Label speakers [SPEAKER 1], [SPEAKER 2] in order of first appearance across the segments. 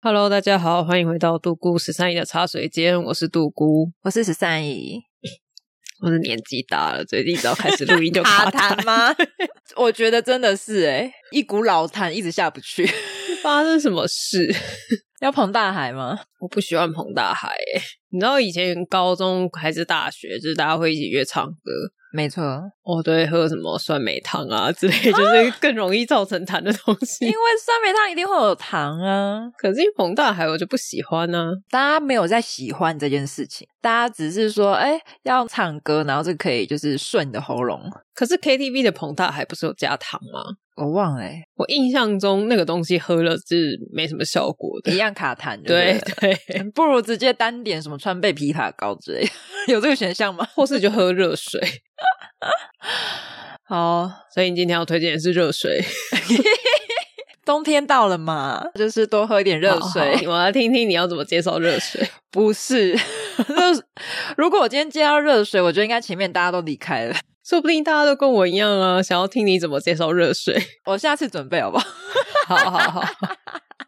[SPEAKER 1] Hello，大家好，欢迎回到杜姑十三姨的茶水间，我是杜姑，
[SPEAKER 2] 我是十三姨，
[SPEAKER 1] 我是年纪大了，最近只要开始录音 就
[SPEAKER 2] 卡
[SPEAKER 1] 痰
[SPEAKER 2] 痰吗？我觉得真的是哎、一股老痰一直下不去。
[SPEAKER 1] 发生什么事？
[SPEAKER 2] 要捧大海吗？
[SPEAKER 1] 我不喜欢彭大海耶，你知道以前高中还是大学，就是大家会一起约唱歌，
[SPEAKER 2] 没错，
[SPEAKER 1] 我都会喝什么酸梅汤啊之类，就是更容易造成痰的东
[SPEAKER 2] 因
[SPEAKER 1] 西。
[SPEAKER 2] 为酸梅汤一定会有糖啊。
[SPEAKER 1] 可是彭大海我就不喜欢啊呢、
[SPEAKER 2] 大家没有在喜欢这件事情，大家只是说，哎、要唱歌，然后这可以就是顺你的喉咙。
[SPEAKER 1] 可是 KTV 的彭大海不是有加糖吗？
[SPEAKER 2] 我忘了、欸，
[SPEAKER 1] 我印象中那个东西喝了是没什么效果的
[SPEAKER 2] 一。样卡痰就
[SPEAKER 1] 对
[SPEAKER 2] 对
[SPEAKER 1] 对，
[SPEAKER 2] 了，不如直接单点什么川贝枇杷膏之类的， 有这个选项吗？
[SPEAKER 1] 或是就喝热水。
[SPEAKER 2] 好，
[SPEAKER 1] 所以你今天要推荐的是热水，
[SPEAKER 2] 冬天到了嘛，就是多喝一点热水。
[SPEAKER 1] 好好 我要听听你要怎么介绍热水。
[SPEAKER 2] 不是， 热如果我今天接到热水，我觉得应该前面大家都离开了。
[SPEAKER 1] 说不定大家都跟我一样啊，想要听你怎么介绍热水。
[SPEAKER 2] 我下次准备好不 好？
[SPEAKER 1] 好好好，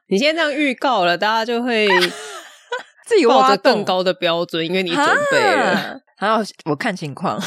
[SPEAKER 1] 你现在这样预告了，大家就会
[SPEAKER 2] 自己
[SPEAKER 1] 抱
[SPEAKER 2] 挖
[SPEAKER 1] 着更
[SPEAKER 2] 洞
[SPEAKER 1] 高的标准，因为你准备了。
[SPEAKER 2] 啊。 然后我看情况。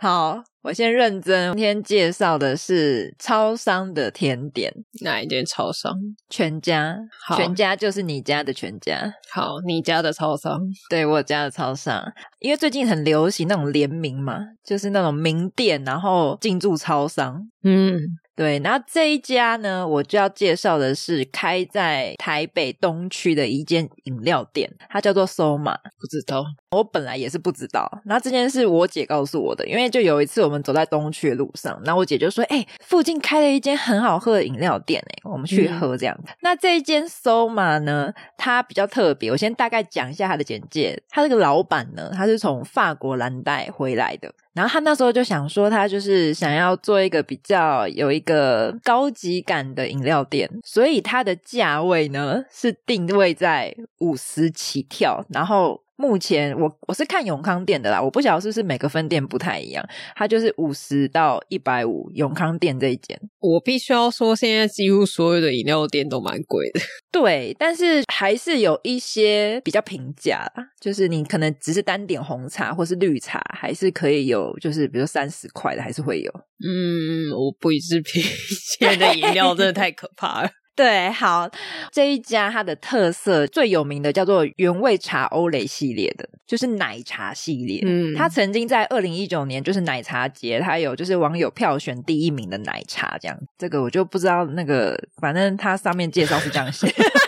[SPEAKER 2] 好，我先认真。今天介绍的是超商的甜点，
[SPEAKER 1] 哪一间超商？
[SPEAKER 2] 全家
[SPEAKER 1] 好，
[SPEAKER 2] 全家就是你家的全家，
[SPEAKER 1] 好，你家的超商。
[SPEAKER 2] 对我家的超商。因为最近很流行那种联名嘛，就是那种名店，然后进驻超商。
[SPEAKER 1] 嗯，
[SPEAKER 2] 对，然后这一家呢，我就要介绍的是开在台北东区的一间饮料店，它叫做 Soma。
[SPEAKER 1] 不知道。
[SPEAKER 2] 我本来也是不知道，然后这件事我姐告诉我的，因为就有一次我们走在东区的路上，然后我姐就说：“哎、附近开了一间很好喝的饮料店、哎，我们去
[SPEAKER 1] 嗯
[SPEAKER 2] 喝这样子。那这一间 Soma 呢，它比较特别，我先大概讲一下它的简介。它这个老板呢，他是从法国蓝带回来的。然后他那时候就想说，他就是想要做一个比较有一个高级感的饮料店，所以它的价位呢是定位在五十起跳。然后目前我我是看永康店的啦，我不晓得是不是每个分店不太一样，它就是五十到一百五永康店这一间。
[SPEAKER 1] 我必须要说，现在几乎所有的饮料店都蛮贵的。
[SPEAKER 2] 对，但是还是有一些比较平价啦，就是你可能只是单点红茶或是绿茶，还是可以有，就是比如三十块的还是会有。
[SPEAKER 1] 嗯，我不予置评。 现在的饮料真的太可怕了。
[SPEAKER 2] 对，好，这一家它的特色最有名的叫做原味茶欧蕾系列的，就是奶茶系列。
[SPEAKER 1] 嗯
[SPEAKER 2] 它曾经在二零一九年就是奶茶节，它有就是网友票选第一名的奶茶，这样。这个我就不知道那个，反正它上面介绍是这样写，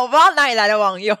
[SPEAKER 2] 我不知道哪里来的网友。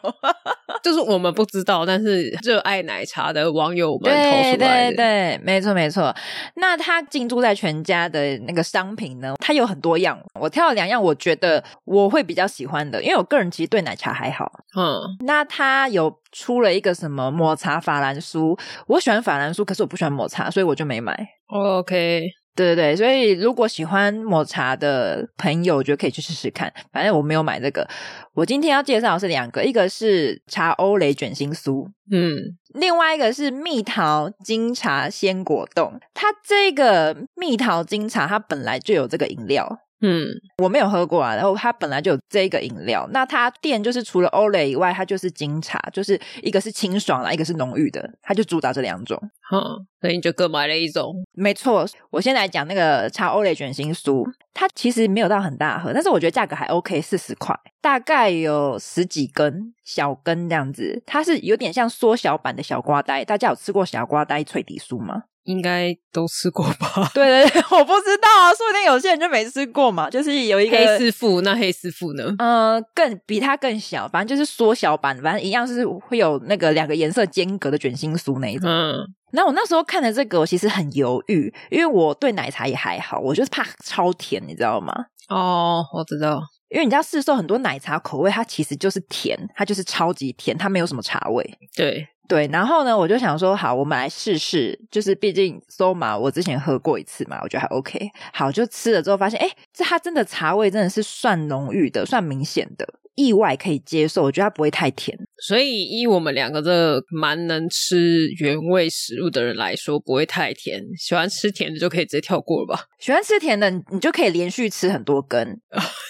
[SPEAKER 1] 就是我们不知道，但是热爱奶茶的网友们投
[SPEAKER 2] 对
[SPEAKER 1] 出来的。
[SPEAKER 2] 对对，没错没错。那它进驻在全家的那个商品呢，它有很多样，我挑了两样，我觉得我会比较喜欢的，因为我个人其实对奶茶还好。
[SPEAKER 1] 嗯，
[SPEAKER 2] 那它有出了一个什么抹茶法兰酥，我喜欢法兰酥，可是我不喜欢抹茶，所以我就没买。
[SPEAKER 1] OK，
[SPEAKER 2] 对对对，所以如果喜欢抹茶的朋友，我觉得可以去试试看。反正我没有买这个。我今天要介绍的是两个，一个是茶欧蕾卷心酥，
[SPEAKER 1] 嗯，
[SPEAKER 2] 另外一个是蜜桃金茶鲜果冻。它这个蜜桃金茶，它本来就有这个饮料，
[SPEAKER 1] 嗯，
[SPEAKER 2] 我没有喝过啊，然后它本来就有这个饮料。那它店就是除了欧蕾以外，它就是金茶，就是一个是清爽啦，一个是浓郁的，它就主打这两种。
[SPEAKER 1] 好、所以你就各买了一种，
[SPEAKER 2] 没错，我先来讲那个茶欧蕾卷心酥，它其实没有到很大盒，但是我觉得价格还 OK，四十块，大概有十几根小根这样子。它是有点像缩小版的小瓜呆，大家有吃过小瓜呆脆底酥吗？
[SPEAKER 1] 应该都吃过吧？
[SPEAKER 2] 对对对，我不知道啊，说不定有些人就没吃过嘛。就是有 一个
[SPEAKER 1] 黑师傅，那黑师傅呢？
[SPEAKER 2] 呃，更比它更小，反正就是缩小版，反正一样是会有那个两个颜色间隔的卷心酥那一种。
[SPEAKER 1] 嗯，
[SPEAKER 2] 那我那时候看了这个，我其实很犹豫，因为我对奶茶也还好，我就是怕超甜，你知道吗？
[SPEAKER 1] 哦，我知道，
[SPEAKER 2] 因为你知道市售很多奶茶口味，它其实就是甜，它就是超级甜，它没有什么茶味。
[SPEAKER 1] 对，
[SPEAKER 2] 对，然后呢，我就想说，好，我们来试试，就是毕竟 Soma 我之前喝过一次嘛，我觉得还 OK。好，就吃了之后发现，哎，这它真的茶味真的是算浓郁的，算明显的，意外可以接受，我觉得它不会太甜。
[SPEAKER 1] 所以依我们两个这蛮能吃原味食物的人来说，不会太甜，喜欢吃甜的就可以直接跳过了吧？
[SPEAKER 2] 喜欢吃甜的，你你就可以连续吃很多根。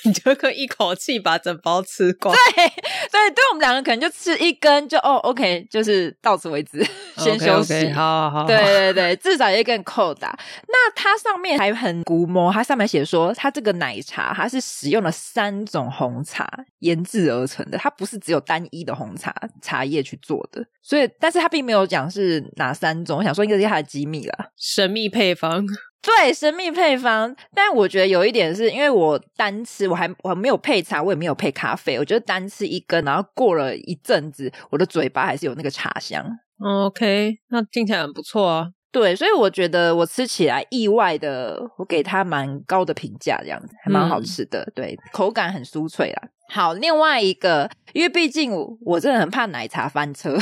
[SPEAKER 1] 你就可以一口气把整包吃光。
[SPEAKER 2] 对，对我们两个可能就吃一根就哦，OK，就是到此为止，先休息。
[SPEAKER 1] OK，OK，好好好，
[SPEAKER 2] 对对对，至少也更扣打。那它上面还很估摸，它上面写说，它这个奶茶它是使用了三种红茶研制而成的，它不是只有单一的红茶茶叶去做的。所以，但是它并没有讲是哪三种，我想说应该是它的机密啦。
[SPEAKER 1] 神秘配方，
[SPEAKER 2] 对，神秘配方。但我觉得有一点是因为我单吃，我还我还没有配茶，我也没有配咖啡，我觉得单吃一根，然后过了一阵子，我的嘴巴还是有那个茶香。
[SPEAKER 1] 嗯，OK，那听起来很不错啊。
[SPEAKER 2] 对，所以我觉得我吃起来意外的，我给它蛮高的评价，这样子还蛮好吃的。对，口感很酥脆啦。好，另外一个，因为毕竟我我真的很怕奶茶翻车，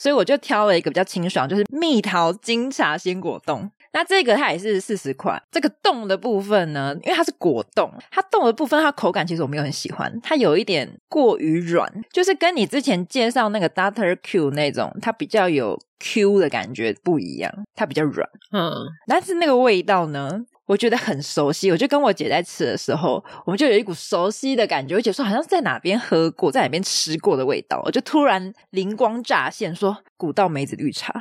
[SPEAKER 2] 所以我就挑了一个比较清爽，就是蜜桃金茶鲜果冻。那这个它也是四十块。这个冻的部分呢，因为它是果冻，它冻的部分它口感其实我没有很喜欢，它有一点过于软，就是跟你之前介绍那个 Doctor Q 那种，它比较有 Q 的感觉不一样，它比较软。
[SPEAKER 1] 嗯，
[SPEAKER 2] 但是那个味道呢，我觉得很熟悉。我就跟我姐在吃的时候，我们就有一股熟悉的感觉。我姐说好像是在哪边喝过，在哪边吃过的味道。我就突然灵光乍现说，古道梅子绿茶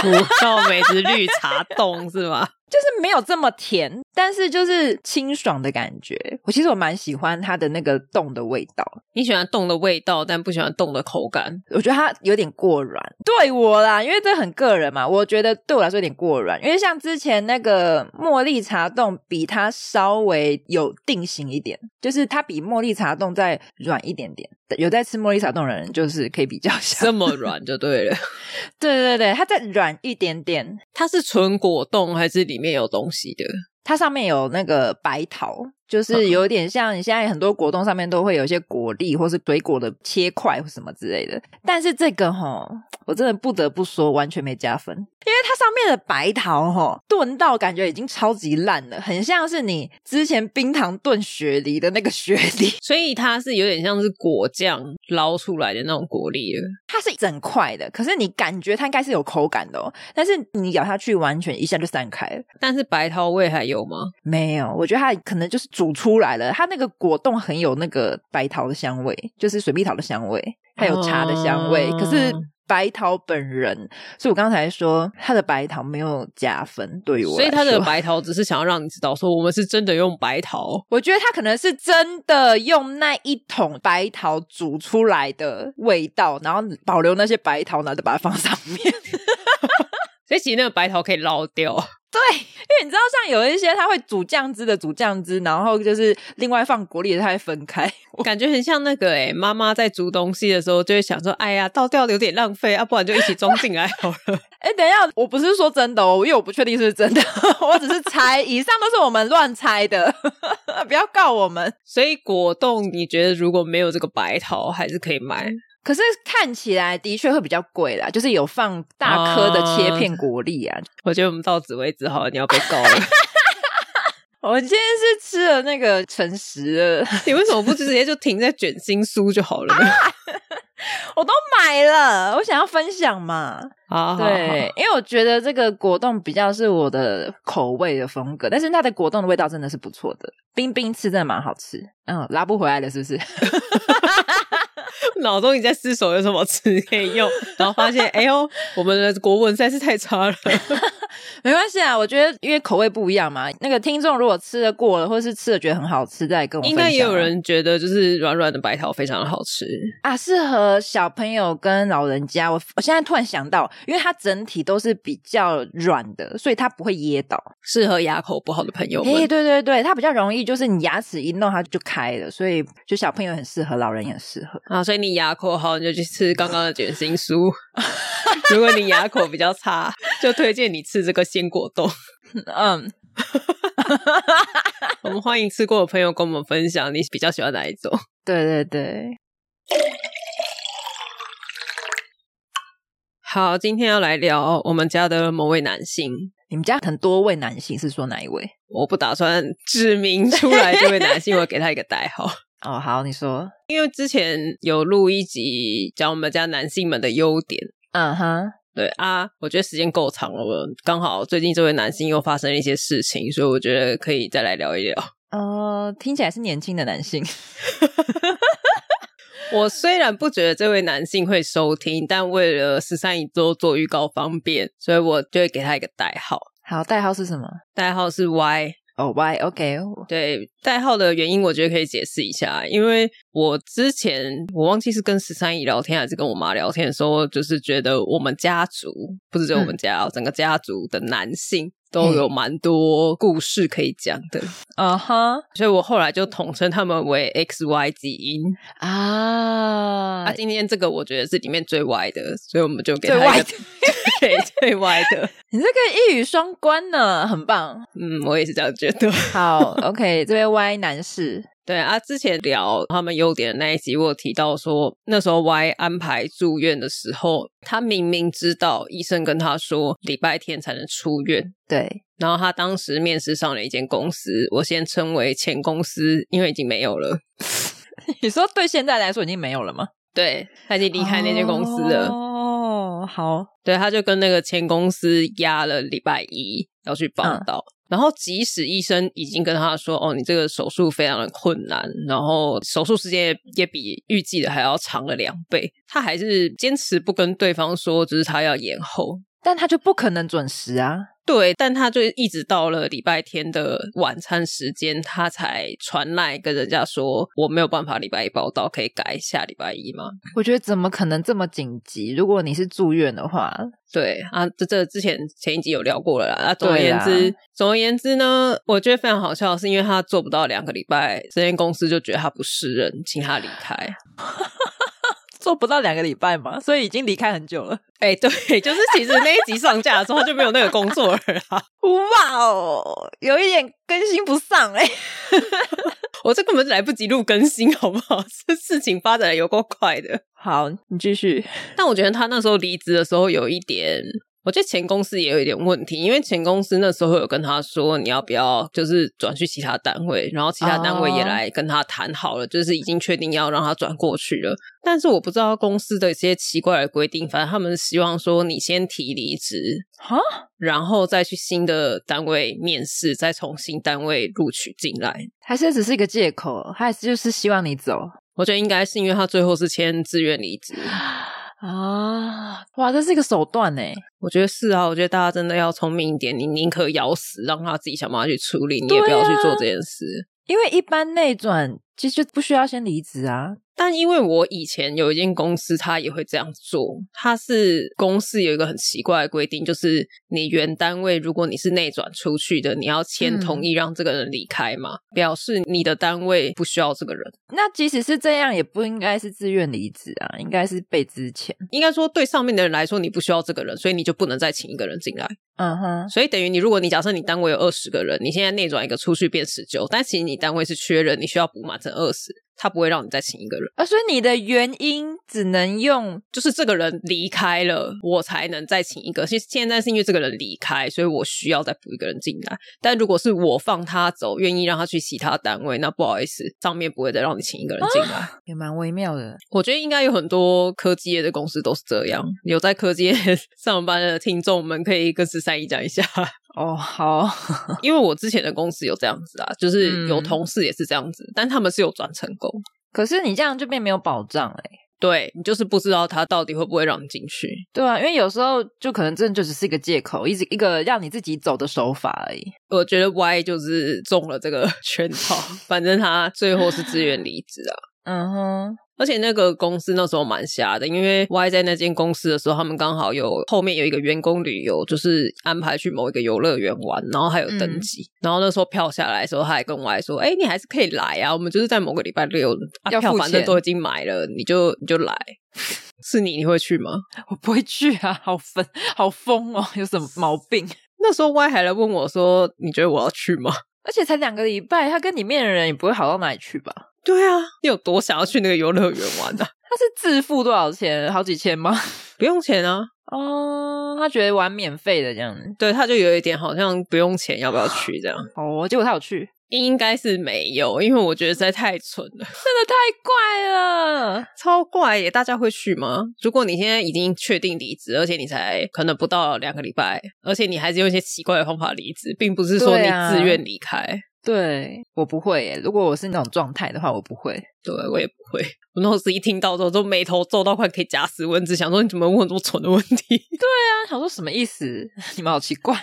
[SPEAKER 1] 葡萄梅子绿茶冻是吗？
[SPEAKER 2] 就是没有这么甜，但是就是清爽的感觉。我其实我蛮喜欢它的那个冻的味道，
[SPEAKER 1] 你喜欢冻的味道，但不喜欢冻的口感。
[SPEAKER 2] 我觉得它有点过软，对我啦，因为这很个人嘛，我觉得对我来说有点过软，因为像之前那个茉莉茶冻比它稍微有定型一点，就是它比茉莉茶冻再软一点点。有在吃茉莉茶冻的人，就是可以比较一下
[SPEAKER 1] 这。么软就对了，
[SPEAKER 2] 对对对，它再软一点点，
[SPEAKER 1] 它是纯果冻还是里面有东西的？
[SPEAKER 2] 它上面有那个白桃，就是有点像你现在很多果冻上面都会有一些果粒或是水果的切块或什么之类的。但是这个哈，我真的不得不说完全没加分，因为它上面的白桃哈炖到感觉已经超级烂了，很像是你之前冰糖炖雪梨的那个雪梨，
[SPEAKER 1] 所以它是有点像是果酱捞出来的那种果粒了。
[SPEAKER 2] 它是一整块的，可是你感觉它应该是有口感的哦，但是你咬下去完全一下就散开了。
[SPEAKER 1] 但是白桃味还有吗？
[SPEAKER 2] 没有，我觉得它可能就是煮出来了，它那个果冻很有那个白桃的香味，就是水蜜桃的香味，还有茶的香味。
[SPEAKER 1] 哦
[SPEAKER 2] 可是白桃本人，所以我刚才说它的白桃没有加分，对于我来
[SPEAKER 1] 所以它的
[SPEAKER 2] 说，
[SPEAKER 1] 白桃只是想要让你知道，说我们是真的用白桃。
[SPEAKER 2] 我觉得它可能是真的用那一桶白桃煮出来的味道，然后保留那些白桃，然后再把它放上面。
[SPEAKER 1] 所以其实那个白桃可以捞掉，
[SPEAKER 2] 因为你知道，像有一些它会煮酱汁的煮酱汁，然后就是另外放果粒的，它会分开。
[SPEAKER 1] 感觉很像那个诶、妈妈在煮东西的时候就会想说，哎呀，倒掉有点浪费啊，不然就一起装进来好了。
[SPEAKER 2] 哎，等一下，我不是说真的哦，因为我不确定是不是真的， 我只是猜，以上都是我们乱猜的， 不要告我们。
[SPEAKER 1] 所以果冻，你觉得如果没有这个白桃，还是可以买？
[SPEAKER 2] 可是看起来的确会比较贵啦，就是有放大颗的切片果粒啊。
[SPEAKER 1] 我觉得我们到此为止好了，你要被告了。
[SPEAKER 2] 我今天是吃了那个诚实了，
[SPEAKER 1] 你为什么不直接就停在卷心酥就好了？
[SPEAKER 2] 我都买了，我想要分享嘛。
[SPEAKER 1] 啊，好
[SPEAKER 2] 对，，因为我觉得这个果冻比较是我的口味的风格，但是它的果冻的味道真的是不错的，冰冰吃真的蛮好吃。嗯，拉不回来了是不是？
[SPEAKER 1] 好脑中你在思索有什么词可以用，然后发现，哎呦，我们的国文实在是太差了。
[SPEAKER 2] 没关系啊，我觉得因为口味不一样嘛，那个听众如果吃的过了，或是吃的觉得很好吃，再跟我们
[SPEAKER 1] 应该
[SPEAKER 2] 分
[SPEAKER 1] 也
[SPEAKER 2] 享啊
[SPEAKER 1] 有人觉得就是软软的白桃非常的好吃，
[SPEAKER 2] 啊，适合小朋友跟老人家。我我现在突然想到，因为它整体都是比较软的，所以它不会噎到。
[SPEAKER 1] 适合牙口不好的朋友
[SPEAKER 2] 哎、
[SPEAKER 1] 们。
[SPEAKER 2] 对对对，它比较容易，就是你牙齿一弄它就开了，所以就小朋友很适合，老人也很适 合。
[SPEAKER 1] 啊，所以你牙口好，你就去吃刚刚的卷心酥。如果你牙口比较差，就推荐你吃这个鲜果冻。
[SPEAKER 2] 嗯，
[SPEAKER 1] 我们欢迎吃过的朋友跟我们分享你比较喜欢哪一种。
[SPEAKER 2] 对对对，
[SPEAKER 1] 好，今天要来聊我们家的某位男性。
[SPEAKER 2] 你们家很多位男性是说哪一位？
[SPEAKER 1] 我不打算指名出来这位男性，我给他一个代号。
[SPEAKER 2] 哦，好，你说，
[SPEAKER 1] 因为之前有录一集讲我们家男性们的优点，
[SPEAKER 2] 嗯哼，
[SPEAKER 1] 对啊，我觉得时间够长了，我刚好最近这位男性又发生了一些事情，所以我觉得可以再来聊一聊。
[SPEAKER 2] 哦，听起来是年轻的男性，
[SPEAKER 1] 我虽然不觉得这位男性会收听，但为了十三姨多做预告方便，所以我就会给他一个代号，
[SPEAKER 2] 好，代号是什么？
[SPEAKER 1] 代号是 Y。
[SPEAKER 2] 哦，Y，OK，、
[SPEAKER 1] 对，代号的原因我觉得可以解释一下，因为我之前我忘记是跟十三姨聊天还是跟我妈聊天的时候，就是觉得我们家族不是只有我们家哦，整个家族的男性都有蛮多故事可以讲的，
[SPEAKER 2] 嗯哼，
[SPEAKER 1] 所以我后来就统称他们为 X Y 基因。
[SPEAKER 2] 啊
[SPEAKER 1] 啊，今天这个我觉得是里面最歪的，所以我们就给
[SPEAKER 2] 最
[SPEAKER 1] 他一
[SPEAKER 2] 歪
[SPEAKER 1] 个 对最歪的。
[SPEAKER 2] 你这个一语双关呢，很棒。
[SPEAKER 1] 嗯，我也是这样觉得。
[SPEAKER 2] 好，OK，这位 Y 男士，
[SPEAKER 1] 对啊，之前聊他们优点的那一集，我有提到说，那时候 Y 安排住院的时候，他明明知道医生跟他说礼拜天才能出院。
[SPEAKER 2] 对，
[SPEAKER 1] 然后他当时面试上了一间公司，我先称为前公司，因为已经没有了，
[SPEAKER 2] 你说对现在来说已经没有了吗？
[SPEAKER 1] 对他已经离开那间公司了。
[SPEAKER 2] 哦，好，
[SPEAKER 1] 对，他就跟那个前公司压了礼拜一要去报
[SPEAKER 2] 嗯
[SPEAKER 1] 道。然后，即使医生已经跟他说：“哦，你这个手术非常的困难，然后手术时间也也比预计的还要长了两倍。”他还是坚持不跟对方说，就是他要延后。
[SPEAKER 2] 但他就不可能准时啊。
[SPEAKER 1] 对，但他就一直到了礼拜天的晚餐时间，他才传来跟人家说：“我没有办法礼拜一报道，可以改下礼拜一吗？”
[SPEAKER 2] 我觉得怎么可能这么紧急？如果你是住院的话，
[SPEAKER 1] 对啊，这这之前前一集有聊过了啦。啊，总而
[SPEAKER 2] 对
[SPEAKER 1] 言
[SPEAKER 2] 啦
[SPEAKER 1] 之，总而言之呢，我觉得非常好笑，是因为他做不到两个礼拜，这间公司就觉得他不是人，请他离开。
[SPEAKER 2] 做不到两个礼拜嘛，所以已经离开很久了。
[SPEAKER 1] 哎、对，就是其实那一集上架的时候，他就没有那个工作啊了啦。
[SPEAKER 2] 哇哦，有一点更新不上哎、
[SPEAKER 1] 我这根本就来不及录更新，好不好？这事情发展的有够快的。
[SPEAKER 2] 好，你继续。
[SPEAKER 1] 但我觉得他那时候离职的时候有一点，我觉得前公司也有一点问题，因为前公司那时候有跟他说你要不要就是转去其他单位，然后其他单位也
[SPEAKER 2] 哦
[SPEAKER 1] 来跟他谈好了，就是已经确定要让他转过去了。但是我不知道公司的一些奇怪的规定，反正他们是希望说你先提离职，
[SPEAKER 2] 哈，
[SPEAKER 1] 然后再去新的单位面试，再从新单位录取进来。
[SPEAKER 2] 还是只是一个借口，还是就是希望你走
[SPEAKER 1] 我觉得应该是因为他最后是签自愿离职，
[SPEAKER 2] 啊？哇，这是一个手段哎、
[SPEAKER 1] 我觉得是啊，我觉得大家真的要聪明一点，你宁可咬死，让他自己想办法去处理，你也不要去做这件事。
[SPEAKER 2] 因为一般内转其实就不需要先离职啊。
[SPEAKER 1] 但因为我以前有一间公司，他也会这样做。他是公司有一个很奇怪的规定，就是你原单位如果你是内转出去的，你要签
[SPEAKER 2] 嗯
[SPEAKER 1] 同意让这个人离开嘛，表示你的单位不需要这个人。
[SPEAKER 2] 那即使是这样，也不应该是自愿离职啊，应该是被之前。
[SPEAKER 1] 应该说，对上面的人来说，你不需要这个人，所以你就不能再请一个人进来。
[SPEAKER 2] 嗯哼，
[SPEAKER 1] 所以等于你，如果你假设你单位有二十个人，你现在内转一个出去变十九，但其实你单位是缺人，你需要补满成二十，他不会让你再请一个人，
[SPEAKER 2] 啊，所以你的原因只能用
[SPEAKER 1] 就是这个人离开了，我才能再请一个。其实现在是因为这个人离开，所以我需要再补一个人进来。但如果是我放他走，愿意让他去其他单位，那不好意思，上面不会再让你请一个人进来。
[SPEAKER 2] 也蛮微妙的。
[SPEAKER 1] 我觉得应该有很多科技业的公司都是这样。有在科技业 上班的听众们，可以跟十三姨讲一下。
[SPEAKER 2] 哦，好，
[SPEAKER 1] 因为我之前的公司有这样子啊，就是
[SPEAKER 2] 嗯
[SPEAKER 1] 有同事也是这样子，但他们是有转成功。
[SPEAKER 2] 可是你这样就变没有保障哎、
[SPEAKER 1] 对你就是不知道他到底会不会让你进去。
[SPEAKER 2] 对啊，因为有时候就可能真的就只是一个借口，一直一个让你自己走的手法而已。
[SPEAKER 1] 我觉得 Y 就是中了这个 圈套，反正他最后是自愿离职啊。
[SPEAKER 2] 嗯哼，
[SPEAKER 1] 而且那个公司那时候蛮瞎的，因为 Y 在那间公司的时候，他们刚好有后面有一个员工旅游，就是安排去某一个游乐园玩，然后还有
[SPEAKER 2] 嗯
[SPEAKER 1] 登记。然后那时候票下来的时候，他还跟 Y 说：“哎、你还是可以来啊，我们就是在某个礼拜六，啊、
[SPEAKER 2] 要付
[SPEAKER 1] 票反正
[SPEAKER 2] 钱
[SPEAKER 1] 都已经买了，你就你就来。” 是你，你会去吗？
[SPEAKER 2] 我不会去啊，好疯， 好疯哦，有什么毛病？
[SPEAKER 1] 那时候 Y 还来问我说：“你觉得我要去吗
[SPEAKER 2] 而且才两个礼拜，他跟里面的人也不会好到哪里去吧？？”
[SPEAKER 1] 对啊，你有多想要去那个游乐园玩啊？
[SPEAKER 2] 他是自付多少钱？好几千 吗？
[SPEAKER 1] 不用钱啊，
[SPEAKER 2] 哦，他觉得玩免费的这样子。
[SPEAKER 1] 对，他就有一点好像不用钱，要不要去这样？
[SPEAKER 2] 哦，结果他有去，
[SPEAKER 1] 应该是没有，因为我觉得实在太蠢了，
[SPEAKER 2] 真的太怪了。
[SPEAKER 1] 超怪耶！大家会去吗？如果你现在已经确定离职，而且你才可能不到两个礼拜，而且你还是用一些奇怪的方法离职，并不是说你
[SPEAKER 2] 对啊
[SPEAKER 1] 自愿离开。
[SPEAKER 2] 对我不会耶，如果我是那种状态的话，我不会。
[SPEAKER 1] 对我也不会，我那时候一听到之后，都眉头皱到快可以夹死蚊子，想说你怎么问这么蠢的问题？
[SPEAKER 2] 他想说什么意思？ 你们好奇怪。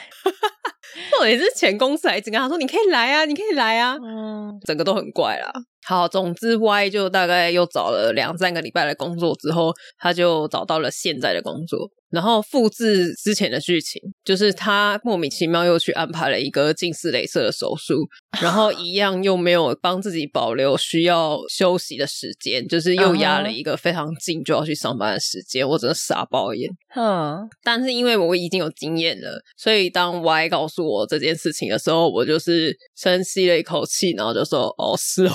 [SPEAKER 1] 到底是前公司还一直跟他说你可以来啊，你可以来啊，
[SPEAKER 2] 嗯，
[SPEAKER 1] 整个都很怪啦。好，总之 Y 就大概又找了两三个礼拜的工作之后，他就找到了现在的工作，然后复制之前的剧情，就是他莫名其妙又去安排了一个近视雷射的手术，然后一样又没有帮自己保留需要休息的时间，就是又压了一个非常近就要去上班的时间，我真的傻爆眼。
[SPEAKER 2] 哼，
[SPEAKER 1] 但是因为我已经有经验了，所以当 Y 告诉我这件事情的时候，我就是深吸了一口气，然后就说：“哦，是哦。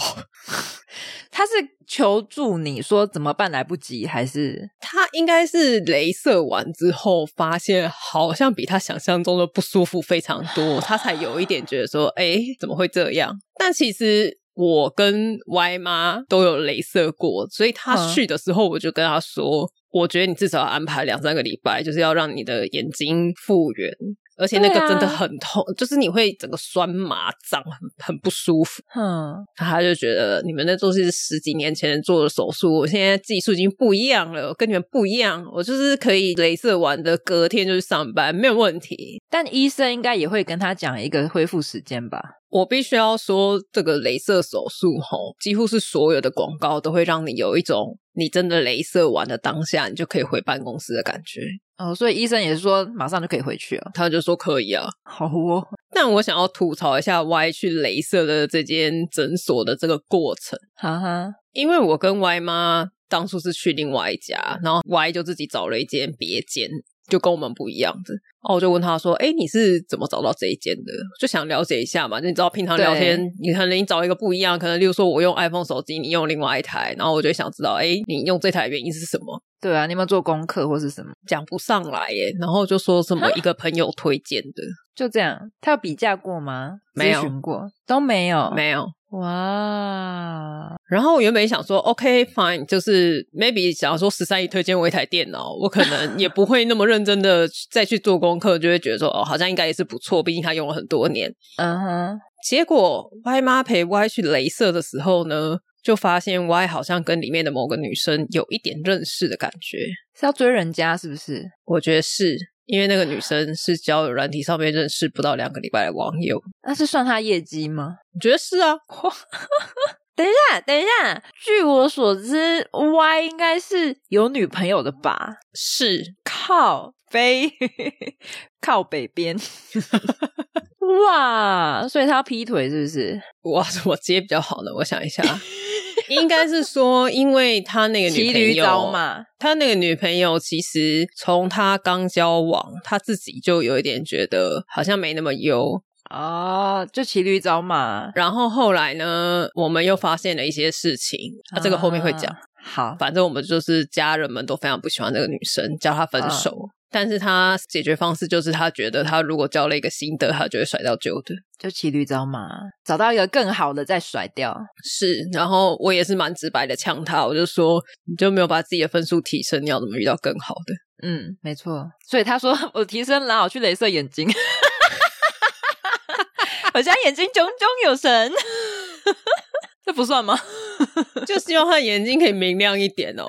[SPEAKER 2] 他是求助你说怎么办来不及，还是”
[SPEAKER 1] 他应该是镭射完之后，发现好像比他想象中的不舒服非常多，他才有一点觉得说：“哎，怎么会这样？”但其实。我跟 Y 妈都有镭射过，所以他
[SPEAKER 2] 嗯
[SPEAKER 1] 去的时候，我就跟他说：“我觉得你至少要安排两三个礼拜，就是要让你的眼睛复原。”而且那个
[SPEAKER 2] 对啊
[SPEAKER 1] 真的很痛，就是你会整个酸麻胀，很很不舒服。
[SPEAKER 2] 哼？
[SPEAKER 1] 他就觉得你们那都是十几年前做的手术，我现在技术已经不一样了，跟你们不一样，我就是可以镭射完的隔天就去上班，没有问题。
[SPEAKER 2] 但医生应该也会跟他讲一个恢复时间吧？
[SPEAKER 1] 我必须要说，这个镭射手术吼，几乎是所有的广告都会让你有一种你真的镭射完的当下，你就可以回办公室的感觉。
[SPEAKER 2] 哦，所以医生也是说马上就可以回去哦。
[SPEAKER 1] 他就说可以啊，
[SPEAKER 2] 好哦，
[SPEAKER 1] 但我想要吐槽一下 Y 去镭射的这间诊所的这个过程，
[SPEAKER 2] 哈哈，
[SPEAKER 1] 因为我跟 Y 妈当初是去另外一家，然后 Y 就自己找了一间别间，就跟我们不一样的。哦，我就问他说：“哎，你是怎么找到这一间的？就想了解一下嘛。就你知道，平常聊天，你可能你找一个不一样，可能例如说我用 iPhone 手机，你用另外一台，然后我就想知道，哎，你用这台的原因是什么？
[SPEAKER 2] 对啊，你有没有做功课或是什么？
[SPEAKER 1] 讲不上来耶。然后就说什么一个朋友推荐的，
[SPEAKER 2] 就这样，他有比价过吗？
[SPEAKER 1] 没有
[SPEAKER 2] 咨询过都没有，
[SPEAKER 1] 没有。
[SPEAKER 2] 哇，
[SPEAKER 1] 然后我原本想说，OK fine，就是 maybe 想要说十三姨推荐我一台电脑，我可能也不会那么认真的再去做功课，就会觉得说哦，好像应该也是不错，毕竟他用了很多年。
[SPEAKER 2] 嗯哼，
[SPEAKER 1] 结果 Y 妈陪 Y 去镭射的时候呢，就发现 Y 好像跟里面的某个女生有一点认识的感觉，
[SPEAKER 2] 是要追人家是不是？
[SPEAKER 1] 我觉得是。因为那个女生是交友软体上面认识不到两个礼拜的网友，
[SPEAKER 2] 那是算他业绩吗？
[SPEAKER 1] 我觉得是啊，
[SPEAKER 2] 等一下，等一下，据我所知，Y 应该是有女朋友的吧？
[SPEAKER 1] 是
[SPEAKER 2] 靠北， 靠北边， 哇！所以他要劈腿是不是？
[SPEAKER 1] 我 要怎么接比较好呢？我想一下，啊应该是说，因为他那个女
[SPEAKER 2] 骑
[SPEAKER 1] 朋
[SPEAKER 2] 驴找
[SPEAKER 1] 友，
[SPEAKER 2] 马，
[SPEAKER 1] 他那个女朋友其实从他刚交往，他自己就有一点觉得好像没那么优。
[SPEAKER 2] 哦，就骑驴找马，
[SPEAKER 1] 然后后来呢，我们又发现了一些事情，啊，这个后面会讲。
[SPEAKER 2] 啊。好，
[SPEAKER 1] 反正我们就是家人们都非常不喜欢这个女生，叫她分手。
[SPEAKER 2] 啊
[SPEAKER 1] 但是她解决方式就是，她觉得她如果交了一个新的，她就会甩掉旧的。
[SPEAKER 2] 就骑驴找马，找到一个更好的再甩掉。
[SPEAKER 1] 是，然后我也是蛮直白的呛他，我就说你就没有把自己的分数提升，你要怎么遇到更好的？
[SPEAKER 2] 嗯，没错。所以他说 我提升了，我去镭射眼睛， 我现在眼睛炯炯有神， 这不算吗？
[SPEAKER 1] 就希望他眼睛可以明亮一点哦。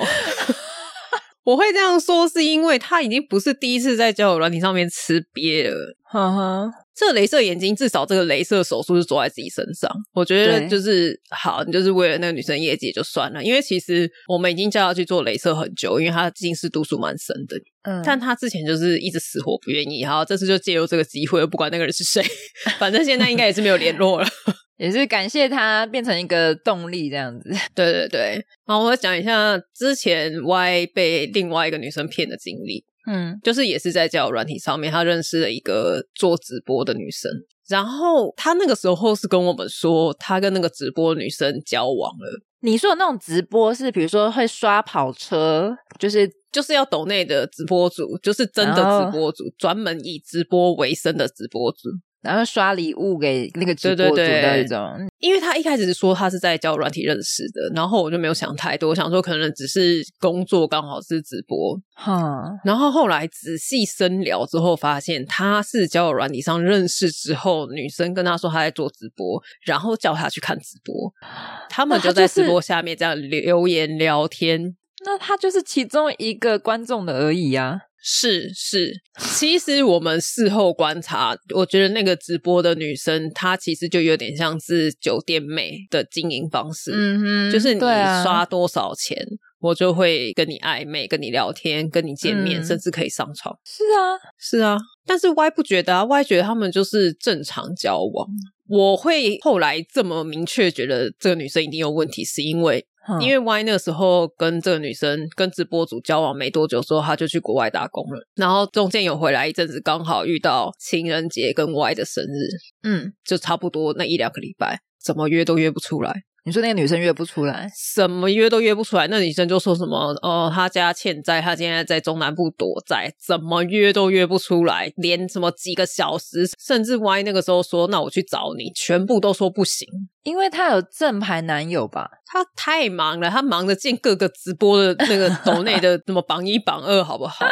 [SPEAKER 1] 我会这样说，是因为他已经不是第一次在交友软体上面吃瘪了。
[SPEAKER 2] 哈哈，
[SPEAKER 1] 这镭射眼睛，至少这个镭射手术是做在自己身上。我觉得
[SPEAKER 2] 对
[SPEAKER 1] 就是好，你就是为了那个女生业绩也就算了，因为其实我们已经叫她去做镭射很久，因为她近视度数蛮深的。
[SPEAKER 2] 嗯，
[SPEAKER 1] 但她之前就是一直死活不愿意，然后这次就借由这个机会，不管那个人是谁，反正现在应该也是没有联络了。
[SPEAKER 2] 也是感谢他变成一个动力这样子。
[SPEAKER 1] 对对对，然后我讲一下之前 Y 被另外一个女生骗的经历。
[SPEAKER 2] 嗯
[SPEAKER 1] 就是也是在交友软体上面，他认识了一个做直播的女生。然后他那个时候是跟我们说，他跟那个直播女生交往了，，
[SPEAKER 2] 你说的那种直播是，比如说会刷跑车，就是
[SPEAKER 1] 就是要抖内的直播主，就是真的直播主，专门以直播为生的直播主。
[SPEAKER 2] 然后刷礼物给那个直
[SPEAKER 1] 对对
[SPEAKER 2] 播主
[SPEAKER 1] 对
[SPEAKER 2] 的一种，嗯
[SPEAKER 1] 因为他一开始说他是在交友软体认识的，然后我就没有想太多，我想说可能只是工作刚好是直播，
[SPEAKER 2] 哈，
[SPEAKER 1] 然后后来仔细深聊之后，发现他是交友软体上认识之后，女生跟他说他在做直播，然后叫他去看直播，他们
[SPEAKER 2] 那他
[SPEAKER 1] 就在
[SPEAKER 2] 就是
[SPEAKER 1] 直播下面这样留言聊天。
[SPEAKER 2] 那他就是其中一个观众的而已啊。
[SPEAKER 1] 是是，其实我们事后观察，我觉得那个直播的女生，她其实就有点像是酒店妹的经营方式。
[SPEAKER 2] 嗯哼
[SPEAKER 1] 就是你
[SPEAKER 2] 对啊
[SPEAKER 1] 刷多少钱，我就会跟你暧昧、跟你聊天、跟你见面，
[SPEAKER 2] 嗯
[SPEAKER 1] 甚至可以上床。
[SPEAKER 2] 是啊，
[SPEAKER 1] 是啊，但是 Y 不觉得啊，Y 觉得他们就是正常交往。我会后来这么明确觉得这个女生一定有问题，是因为、
[SPEAKER 2] 哼
[SPEAKER 1] 因为 Y 那时候跟这个女生跟直播主交往没多久之后，他就去国外打工了，然后中间有回来一阵子，刚好遇到情人节跟 Y 的生日，
[SPEAKER 2] 嗯，
[SPEAKER 1] 就差不多那一两个礼拜，怎么约都约不出来。
[SPEAKER 2] 你说那个女生约不出来，
[SPEAKER 1] 什么约都约不出来，那女生就说什么哦，她家欠债，她现在在中南部躲债，怎么约都约不出来，连什么几个小时，甚至 Y 那个时候说那我去找你，全部都说不行。
[SPEAKER 2] 因为她有正牌男友吧？
[SPEAKER 1] 她太忙了，她忙着见各个直播的那个抖内的什么榜一榜二，好不好？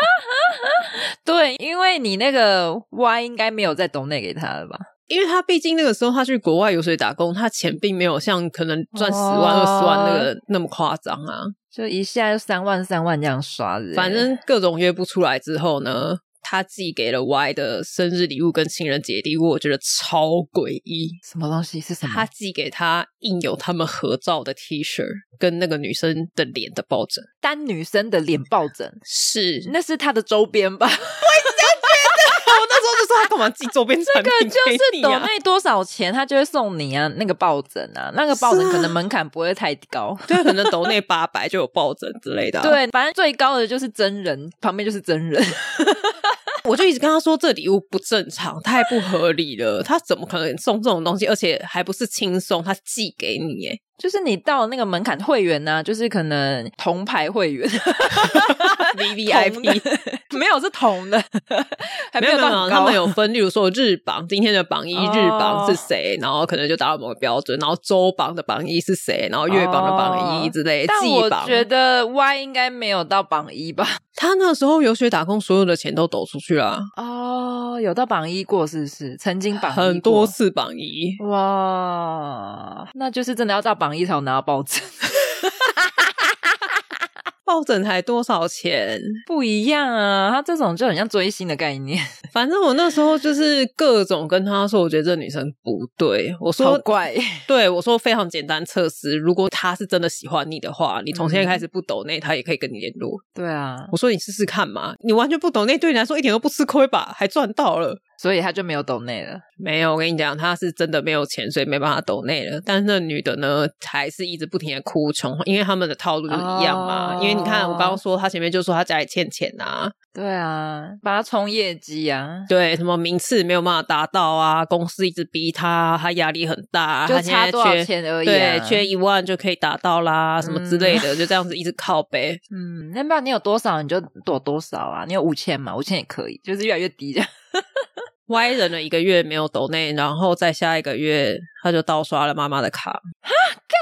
[SPEAKER 2] 对，因为你那个 Y 应该没有再懂那给他了吧？
[SPEAKER 1] 因为她毕竟那个时候她去国外游水打工，她钱并没有像可能赚十万二
[SPEAKER 2] 哦
[SPEAKER 1] 十万那个那么夸张啊。
[SPEAKER 2] 就一下就三万三万这样刷的，欸
[SPEAKER 1] 反正各种约不出来之后呢，他寄给了 Y 的生日礼物跟情人节礼物，我觉得超诡异。
[SPEAKER 2] 什么东西是什
[SPEAKER 1] 他
[SPEAKER 2] 么？
[SPEAKER 1] 寄给他印有他们合照的 T 恤，跟那个女生的脸的抱枕，
[SPEAKER 2] 单女生的脸抱枕，
[SPEAKER 1] 是 我
[SPEAKER 2] 那是她的周边 吧？
[SPEAKER 1] 那时候就说他干嘛寄周边产
[SPEAKER 2] 这个
[SPEAKER 1] 品
[SPEAKER 2] 就
[SPEAKER 1] 给
[SPEAKER 2] 是
[SPEAKER 1] 你
[SPEAKER 2] 抖
[SPEAKER 1] 啊？
[SPEAKER 2] 内多少钱，他就会送你啊，那个抱枕啊，那个抱枕
[SPEAKER 1] 是啊
[SPEAKER 2] 可能门槛不会太高。
[SPEAKER 1] 对，可能抖内八百就有抱枕之类的、，啊
[SPEAKER 2] 对，反正最高的就是真人，旁边就是真人。
[SPEAKER 1] 我就一直跟他说这礼物不正常，太不合理了。他怎么可能送这种东西？而且还不是轻松，他寄给你， 哎，
[SPEAKER 2] 就是你到那个门槛会员呢、就是可能 铜牌会员
[SPEAKER 1] V V I
[SPEAKER 2] 铜
[SPEAKER 1] P
[SPEAKER 2] 的没有是铜的，还
[SPEAKER 1] 没有
[SPEAKER 2] 到
[SPEAKER 1] 没有，
[SPEAKER 2] 很
[SPEAKER 1] 他
[SPEAKER 2] 高
[SPEAKER 1] 们有分，例如说日榜今天的榜一
[SPEAKER 2] 哦
[SPEAKER 1] 日榜是谁，然后可能就达到某个标准，然后周榜的榜一是谁，然后月榜的榜一之类，
[SPEAKER 2] 但
[SPEAKER 1] 季
[SPEAKER 2] 我
[SPEAKER 1] 榜。
[SPEAKER 2] 觉得 Y 应该没有到榜一吧？
[SPEAKER 1] 他那时候游学打工，所有的钱都抖出去了，
[SPEAKER 2] 哦，有到榜一过是不是？曾经榜一过
[SPEAKER 1] 很多次榜一。
[SPEAKER 2] 哇，那就是真的要到榜一才有拿到抱枕，
[SPEAKER 1] 抱枕才多少钱？
[SPEAKER 2] 不一样啊！他这种就很像追星的概念，
[SPEAKER 1] 反正我那时候就是各种跟他说，我觉得这女生不对。我
[SPEAKER 2] 好
[SPEAKER 1] 说
[SPEAKER 2] 怪。
[SPEAKER 1] 对我说非常简单测试，如果他是真的喜欢你的话，你从现在开始不抖内，他也可以跟你联络。
[SPEAKER 2] 对啊，
[SPEAKER 1] 我说你试试看嘛，你完全不懂，那对你来说一点都不吃亏吧，还赚到了。
[SPEAKER 2] 所以他就没有抖内了。
[SPEAKER 1] 没有，我跟你讲，他是真的没有钱，所以没办法抖内了。但是那女的呢，还是一直不停的哭穷，因为他们的套路就一样嘛。
[SPEAKER 2] 哦
[SPEAKER 1] 因为你看，我刚刚说他前面就说他家里欠钱啊，
[SPEAKER 2] 对啊，把他冲业绩啊，
[SPEAKER 1] 对，什么名次没有办法达到啊，公司一直逼他，他压力很大，
[SPEAKER 2] 就
[SPEAKER 1] 他现在
[SPEAKER 2] 差多少
[SPEAKER 1] 缺
[SPEAKER 2] 钱而已、啊。
[SPEAKER 1] 对，缺一万就可以达到啦，什么之类的，就这样子一直靠背。
[SPEAKER 2] 嗯，那不然你有多少你就躲多少啊？你有五千嘛？五千也可以，就是越来越低这样。
[SPEAKER 1] 歪人了一个月没有抖内，然后再下一个月他就盗刷了妈妈的卡，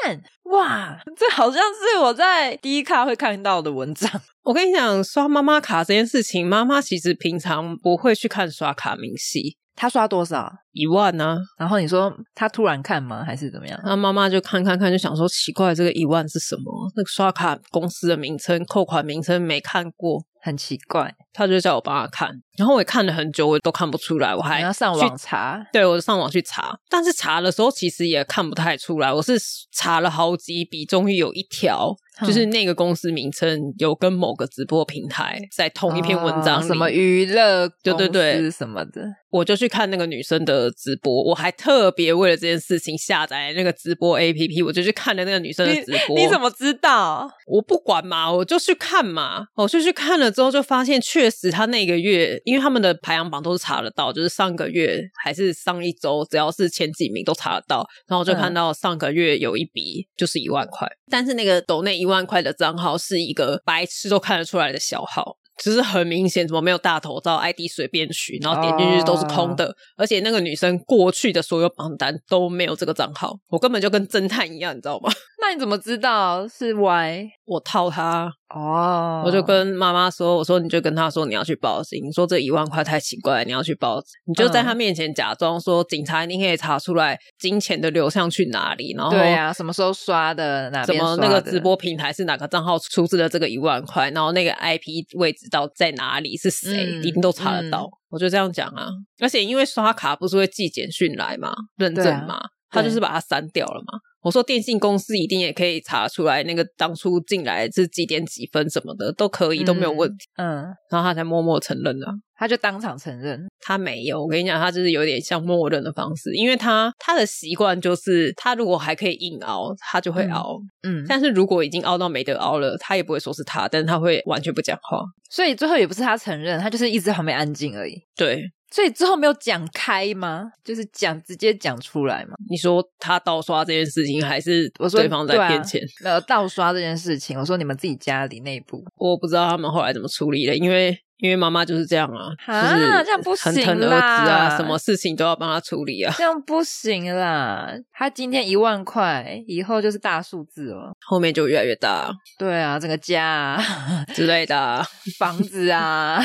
[SPEAKER 2] 干哇，这好像是我在第一卡会看到的文章。
[SPEAKER 1] 我跟你讲，刷妈妈卡这件事情，妈妈其实平常不会去看刷卡明细，
[SPEAKER 2] 他刷多少？
[SPEAKER 1] 一万呢、
[SPEAKER 2] 然后你说他突然看吗？还是怎么样？
[SPEAKER 1] 那妈妈就看看看，就想说奇怪，这个一万是什么？那个刷卡公司的名称、扣款名称没看过，
[SPEAKER 2] 很奇怪，
[SPEAKER 1] 她就叫我帮她看。然后我也看了很久，我都看不出来，我还
[SPEAKER 2] 你要上
[SPEAKER 1] 去
[SPEAKER 2] 网查。
[SPEAKER 1] 对我上网去查，但是查的时候其实也看不太出来。我是查了好几笔，终于有一条，
[SPEAKER 2] 嗯
[SPEAKER 1] 就是那个公司名称有跟某个直播平台在同一篇文章
[SPEAKER 2] 啊
[SPEAKER 1] 里
[SPEAKER 2] 什么娱乐
[SPEAKER 1] 对对对
[SPEAKER 2] 公司什么的，
[SPEAKER 1] 我就去看那个女生的直播，我还特别为了这件事情下载那个直播 APP，我就去看了那个女生的直播。
[SPEAKER 2] 你怎么知道？
[SPEAKER 1] 我不管嘛，我就去看嘛，我就去看了之后就发现，确实他那个月，因为他们的排行榜都是查得到，就是上个月还是上一周，只要是前几名都查得到。然后我就看到上个月有一笔就是一万块，但是那个抖内一万块的账号是一个白痴都看得出来的小号。就是很明显，怎么没有大头照？ID 随便取，然后点进去都是空的。而且那个女生过去的所有榜单都没有这个账号，我根本就跟侦探一样，你知道吗？
[SPEAKER 2] 那你怎么知道是 Y？
[SPEAKER 1] 我套她，
[SPEAKER 2] 哦，
[SPEAKER 1] 我就跟妈妈说：“我说你就跟她说你要去报警，你说这一万块太奇怪了，你要去报警，你就在
[SPEAKER 2] 嗯
[SPEAKER 1] 她面前假装说警察一定可以查出来金钱的流向去哪里，然后
[SPEAKER 2] 对啊，什么时候刷的？哪
[SPEAKER 1] 怎
[SPEAKER 2] 边
[SPEAKER 1] 么
[SPEAKER 2] 刷
[SPEAKER 1] 那个
[SPEAKER 2] 的
[SPEAKER 1] 直播平台是哪个账号出资了这个一万块，然后那个 IP 位置到在哪里是谁，
[SPEAKER 2] 嗯
[SPEAKER 1] 一定都查得到。
[SPEAKER 2] 嗯
[SPEAKER 1] 我就这样讲啊，而且因为刷卡不是会寄简讯来嘛，认证
[SPEAKER 2] 对啊
[SPEAKER 1] 嘛，他就是把它删掉了嘛。我说电信公司一定也可以查出来那个当初进来是几点几分什么的都可以都没有问题，
[SPEAKER 2] 嗯，
[SPEAKER 1] 然后他才默默承认了、啊
[SPEAKER 2] 他就当场承认，
[SPEAKER 1] 他没有，我跟你讲，他就是有点像默认的方式，因为他他的习惯就是，他如果还可以硬熬，他就会
[SPEAKER 2] 嗯
[SPEAKER 1] 熬，
[SPEAKER 2] 嗯，
[SPEAKER 1] 但是如果已经凹到没得凹了，他也不会说是他，但是他会完全不讲话。
[SPEAKER 2] 所以最后也不是他承认，他就是一直在旁边安静而已。
[SPEAKER 1] 对，
[SPEAKER 2] 所以之后没有讲开吗？就是讲直接讲出来嘛。
[SPEAKER 1] 你说他盗刷这件事情，还是
[SPEAKER 2] 我说
[SPEAKER 1] 对方在
[SPEAKER 2] 对啊
[SPEAKER 1] 骗钱？
[SPEAKER 2] 呃，盗刷这件事情，我说你们自己家里内部
[SPEAKER 1] 我不知道他们后来怎么处理的，因为因为妈妈就是这样啊，
[SPEAKER 2] 啊
[SPEAKER 1] 就是
[SPEAKER 2] 这样不行
[SPEAKER 1] 很疼
[SPEAKER 2] 啦
[SPEAKER 1] 儿子啊，什么事情都要帮他处理啊。
[SPEAKER 2] 这样不行啦。他今天一万块，以后就是大数字哦。
[SPEAKER 1] 后面就越来越大
[SPEAKER 2] 对啊，整个家、啊、
[SPEAKER 1] 之类的啊、
[SPEAKER 2] 房 子啊，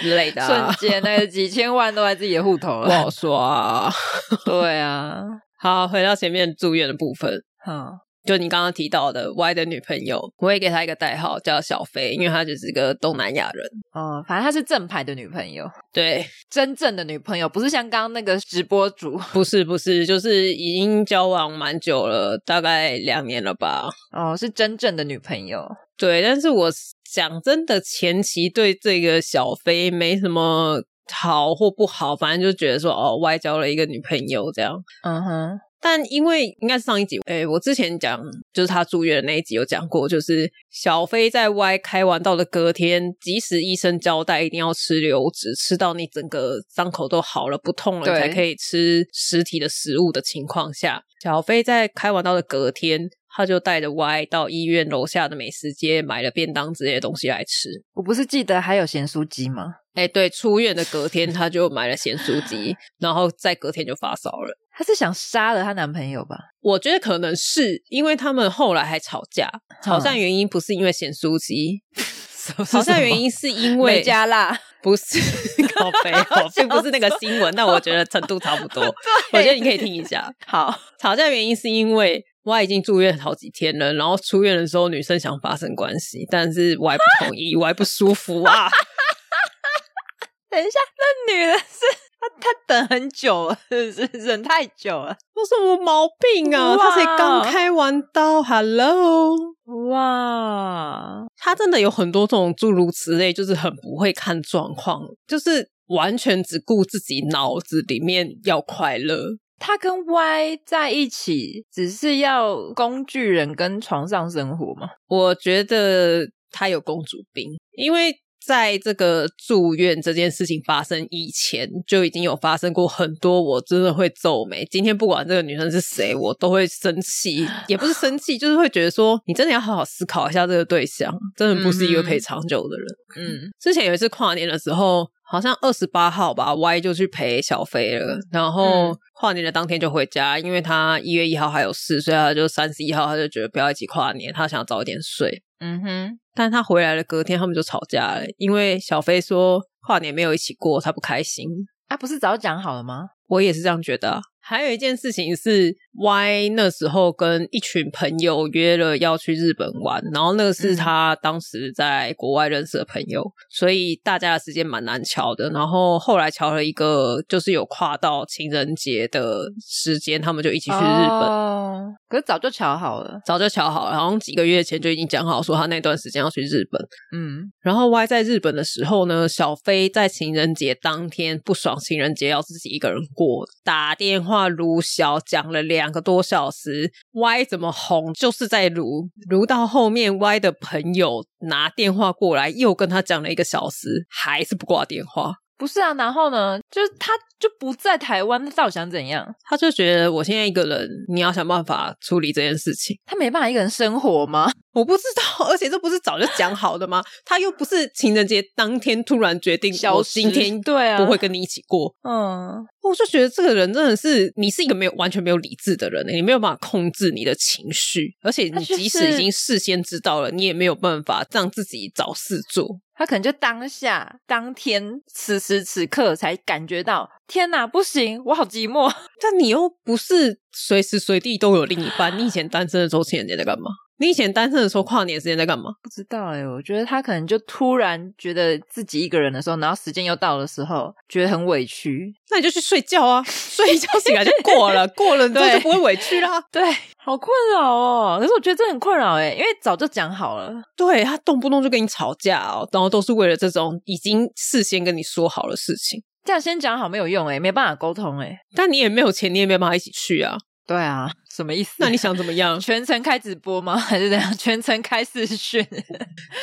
[SPEAKER 1] 之类的啊、
[SPEAKER 2] 瞬间那个几千万都在自己的户头
[SPEAKER 1] 不
[SPEAKER 2] 了。
[SPEAKER 1] 好说啊。
[SPEAKER 2] 对啊，
[SPEAKER 1] 好，回到前面住院的部分，
[SPEAKER 2] 好，
[SPEAKER 1] 就你刚刚提到的 Y 的女朋友，我也给她一个代号叫小飞，因为她就是个东南亚人。
[SPEAKER 2] 哦，反正她是正牌的女朋友，
[SPEAKER 1] 对，
[SPEAKER 2] 真正的女朋友，不是像刚刚那个直播主
[SPEAKER 1] 不是不是，就是已经交往蛮久了，大概两年了吧。
[SPEAKER 2] 哦，是真正的女朋友。
[SPEAKER 1] 对，但是我讲真的，前期对这个小飞没什么好或不好，反正就觉得说哦，外交了一个女朋友这样。
[SPEAKER 2] 嗯哼，
[SPEAKER 1] 但因为应该是上一集，诶、我之前讲就是他住院的那一集有讲过，就是小飞在 Y 开完刀的隔天，即使医生交代一定要吃流质，吃到你整个伤口都好了不痛了，
[SPEAKER 2] 对
[SPEAKER 1] 你才可以吃实体的食物的情况下，小飞在开完刀的隔天，他就带着 Y 到医院楼下的美食街买了便当之类的东西来吃。
[SPEAKER 2] 我不是记得还有咸酥鸡吗？
[SPEAKER 1] 哎，对，出院的隔天他就买了咸酥鸡，然后在隔天就发烧了。
[SPEAKER 2] 她是想杀了她男朋友吧？
[SPEAKER 1] 我觉得可能是因为他们后来还吵架，吵架原因不是因为咸酥鸡，吵架原因是因为
[SPEAKER 2] 没 加辣，
[SPEAKER 1] 不是靠背哦，并 不是那个新闻，但我觉得程度差不多。我觉得你可以听一下。
[SPEAKER 2] 好，
[SPEAKER 1] 吵架原因是因为 Y 已经住院好几天了，然后出院的时候女生想发生关系，但是 Y 不同意，Y 不舒服啊。
[SPEAKER 2] 等一下，那女的是她，她等很久了，是不是忍 太久了？
[SPEAKER 1] 有什么毛病啊？
[SPEAKER 2] 哇
[SPEAKER 1] 他才刚开完刀，Hello。
[SPEAKER 2] 哇，
[SPEAKER 1] 他真的有很多这种诸如此类，就是很不会看状况，就是完全只顾自己脑子里面要快乐。
[SPEAKER 2] 她跟 Y 在一起，只是要工具人跟床上生活嘛？
[SPEAKER 1] 我觉得他有公主病，因为在这个住院这件事情发生以前，就已经有发生过很多，我真的会皱眉。今天不管这个女生是谁，我都会生气，也不是生气，就是会觉得说，你真的要好好思考一下这个对象，真的不是一个可以长久的人。
[SPEAKER 2] 嗯，
[SPEAKER 1] 之前有一次跨年的时候，好像二十八号吧，Y 就去陪小飞了。然后
[SPEAKER 2] 嗯
[SPEAKER 1] 跨年的当天就回家，因为他一月一号还有事，所以他就三十一号他就觉得不要一起跨年，他想早一点睡。
[SPEAKER 2] 嗯哼，
[SPEAKER 1] 但他回来了，隔天他们就吵架了，因为小飞说跨年没有一起过，他不开心。
[SPEAKER 2] 啊，不是早讲好了吗？
[SPEAKER 1] 我也是这样觉得啊。还有一件事情是，Y 那时候跟一群朋友约了要去日本玩，然后那个是他当时在国外认识的朋友，所以大家的时间蛮难瞧的。然后后来瞧了一个，就是有跨到情人节的时间，他们就一起去日本。
[SPEAKER 2] 哦可是早就瞧好了。
[SPEAKER 1] 早就瞧好了，好像几个月前就已经讲好，说他那段时间要去日本。
[SPEAKER 2] 嗯，
[SPEAKER 1] 然后 Y 在日本的时候呢，小飞在情人节当天不爽情人节要自己一个人过，打电话撸小讲了两个多小时。Y 怎么红就是在撸，撸到后面 Y 的朋友拿电话过来，又跟他讲了一个小时，还是不挂电话。
[SPEAKER 2] 不是啊。然后呢，就是他就不在台湾，那到底想怎样？
[SPEAKER 1] 他就觉得我现在一个人，你要想办法处理这件事情。
[SPEAKER 2] 他没办法一个人生活吗？
[SPEAKER 1] 我不知道，而且这不是早就讲好的吗？他又不是情人节当天突然决定，
[SPEAKER 2] 消
[SPEAKER 1] 我
[SPEAKER 2] 失
[SPEAKER 1] 今天
[SPEAKER 2] 对啊
[SPEAKER 1] 不会跟你一起过。
[SPEAKER 2] 嗯，
[SPEAKER 1] 我就觉得这个人真的是，你是一个没有完全没有理智的人、欸你没有办法控制你的情绪，而且
[SPEAKER 2] 他
[SPEAKER 1] 你
[SPEAKER 2] 就
[SPEAKER 1] 即使已
[SPEAKER 2] 是
[SPEAKER 1] 经事先知道了，你也没有办法让自己找事做。
[SPEAKER 2] 他可能就当下、当天、此时此刻才感觉到，天哪，不行，我好寂寞。
[SPEAKER 1] 但你又不是随时随地都有另一半，你以前单身的时候情人节在干嘛？你以前单身的时候跨年时间在干嘛？
[SPEAKER 2] 不知道哎、我觉得他可能就突然觉得自己一个人的时候，然后时间又到的时候，觉得很 委屈。
[SPEAKER 1] 那你就去睡觉啊，睡一觉醒来就过了，过了之后就
[SPEAKER 2] 对
[SPEAKER 1] 不会委屈啦。
[SPEAKER 2] 对，好困扰哦。可是我觉得这很困扰哎、因为早就讲好了。
[SPEAKER 1] 对他动不动就跟你吵架哦，然后都是为了这种已经事先跟你说好的事情，
[SPEAKER 2] 这样先讲好没有用哎、没办法沟通哎、
[SPEAKER 1] 但你也没有钱，你也没办法一起去啊。
[SPEAKER 2] 对啊，什么意思？？
[SPEAKER 1] 那你想怎么样
[SPEAKER 2] 全程开直播吗？ 还是怎样？全程开视讯？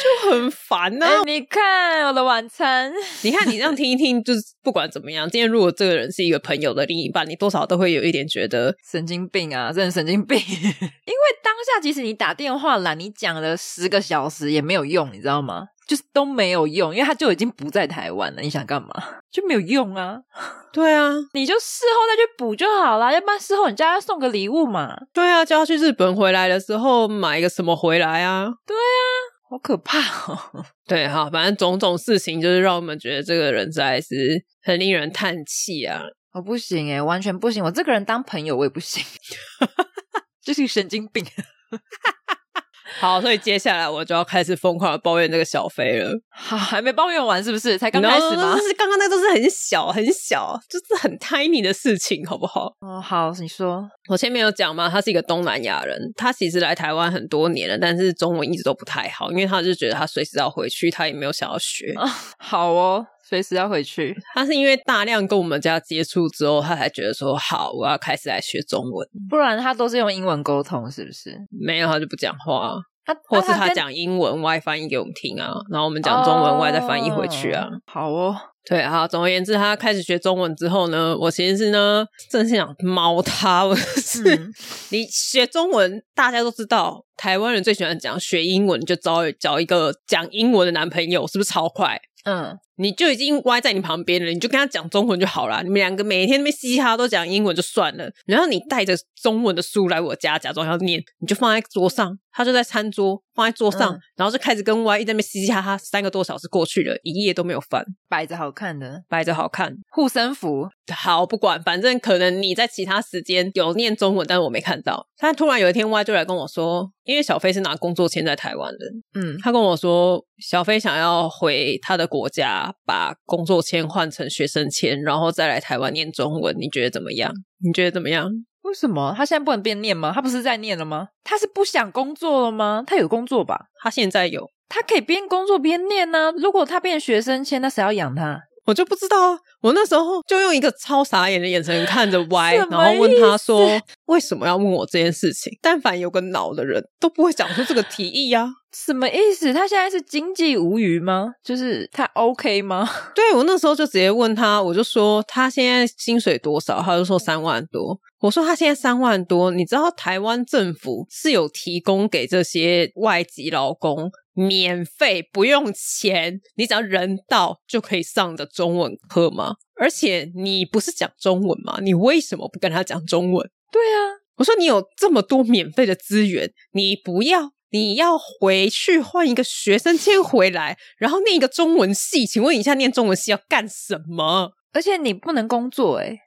[SPEAKER 1] 就很烦呐、
[SPEAKER 2] 哎你看我的晚餐，
[SPEAKER 1] 你看，你这样听一听，就是不管怎么样，今天如果这个人是一个朋友的另一半，你多少都会有一点觉得，
[SPEAKER 2] 神经病啊，真的神经病！ 因为当下即使你打电话啦，你讲了十个小时也没有用，你知道吗？就是都没有用，因为他就已经不在台湾了，你想干嘛就没有用啊！
[SPEAKER 1] 对啊，
[SPEAKER 2] 你就事后再去补就好啦，要不然事后你叫他送个礼物嘛，
[SPEAKER 1] 对啊，叫他去日本回来的时候买一个什么回来啊？
[SPEAKER 2] 好可怕哦！
[SPEAKER 1] 对，好，反正种种事情就是让我们觉得这个人实在是很令人叹气啊。
[SPEAKER 2] 我哦不行诶、完全不行，我这个人当朋友我也不行， 就是神经病。
[SPEAKER 1] 好，所以接下来我就要开始疯狂的抱怨这个小飞了。
[SPEAKER 2] 好，还没抱怨完是不是？才刚开始
[SPEAKER 1] No，
[SPEAKER 2] 吗
[SPEAKER 1] 就？是刚刚那都是很小很小，就是很 tiny 的事情，好不好？
[SPEAKER 2] 哦，好，你说，
[SPEAKER 1] 我前面有讲嘛，他是一个东南亚人，他其实来台湾很多年了，但是中文一直都不太好，因为他就觉得他随时要回去，他也没有想要学。
[SPEAKER 2] 好哦，随时要回去。
[SPEAKER 1] 他是因为大量跟我们家接触之后，他才觉得说好，我要开始来学中文。
[SPEAKER 2] 不然他都是用英文沟通，是不是？
[SPEAKER 1] 没有，他就不讲话，
[SPEAKER 2] 他
[SPEAKER 1] 或是他
[SPEAKER 2] 跟
[SPEAKER 1] 讲英文，Y 翻译给我们听啊，然后我们讲中文，Y 再翻译回去啊。
[SPEAKER 2] 哦好哦，
[SPEAKER 1] 对，好，总而言之，他开始学中文之后呢，我其实是呢，真的是想猫他，我是、
[SPEAKER 2] 嗯
[SPEAKER 1] 你学中文，大家都知道，台湾人最喜欢讲学英文，你就找找一个讲英文的男朋友，是不是超快？
[SPEAKER 2] 嗯，
[SPEAKER 1] 你就已经歪在你旁边了，你就跟他讲中文就好了。你们两个每天那边嘻哈都讲英文就算了，然后你带着中文的书来我家假装要念，你就放在桌上，他就在餐桌放在桌上，
[SPEAKER 2] 嗯
[SPEAKER 1] 然后就开始跟 Y 一直在那边嘻嘻哈哈，三个多小时过去了，一页都没有翻，
[SPEAKER 2] 摆着好看的
[SPEAKER 1] 摆着好看。
[SPEAKER 2] 护身符，
[SPEAKER 1] 好，不管，反正可能你在其他时间有念中文，但是我没看到。他突然有一天，Y 就来跟我说，因为小飞是拿工作签在台湾的，
[SPEAKER 2] 嗯，
[SPEAKER 1] 他跟我说，小飞想要回他的国家，把工作签换成学生签，然后再来台湾念中文，你觉得怎么样？你觉得怎么样？
[SPEAKER 2] 为什么他现在不能边念吗？他不是在念了吗？他是不想工作了吗？他有工作吧？
[SPEAKER 1] 他现在有，
[SPEAKER 2] 他可以边工作边念呢、如果他变学生签，那谁要养他？
[SPEAKER 1] 我就不知道啊。我那时候就用一个超傻眼的眼神看着 Y，
[SPEAKER 2] 什
[SPEAKER 1] 然
[SPEAKER 2] 么
[SPEAKER 1] 后问他说
[SPEAKER 2] 意
[SPEAKER 1] 为什么要问我这件事情？但凡有个脑的人都不会讲出这个提议啊。
[SPEAKER 2] 什么意思？他现在是经济无虞吗？就是他 OK 吗？
[SPEAKER 1] 对我那时候就直接问他，我就说他现在薪水多少，他就说三万多。我说他现在三万多，你知道台湾政府是有提供给这些外籍劳工免费不用钱，你只要人到就可以上的中文课吗？而且你不是讲中文吗？你为什么不跟他讲中文？
[SPEAKER 2] 对啊，
[SPEAKER 1] 我说你有这么多免费的资源，你不要，你要回去换一个学生签回来，然后念一个中文系。请问一下，念中文系要干什么？
[SPEAKER 2] 而且你不能工作哎、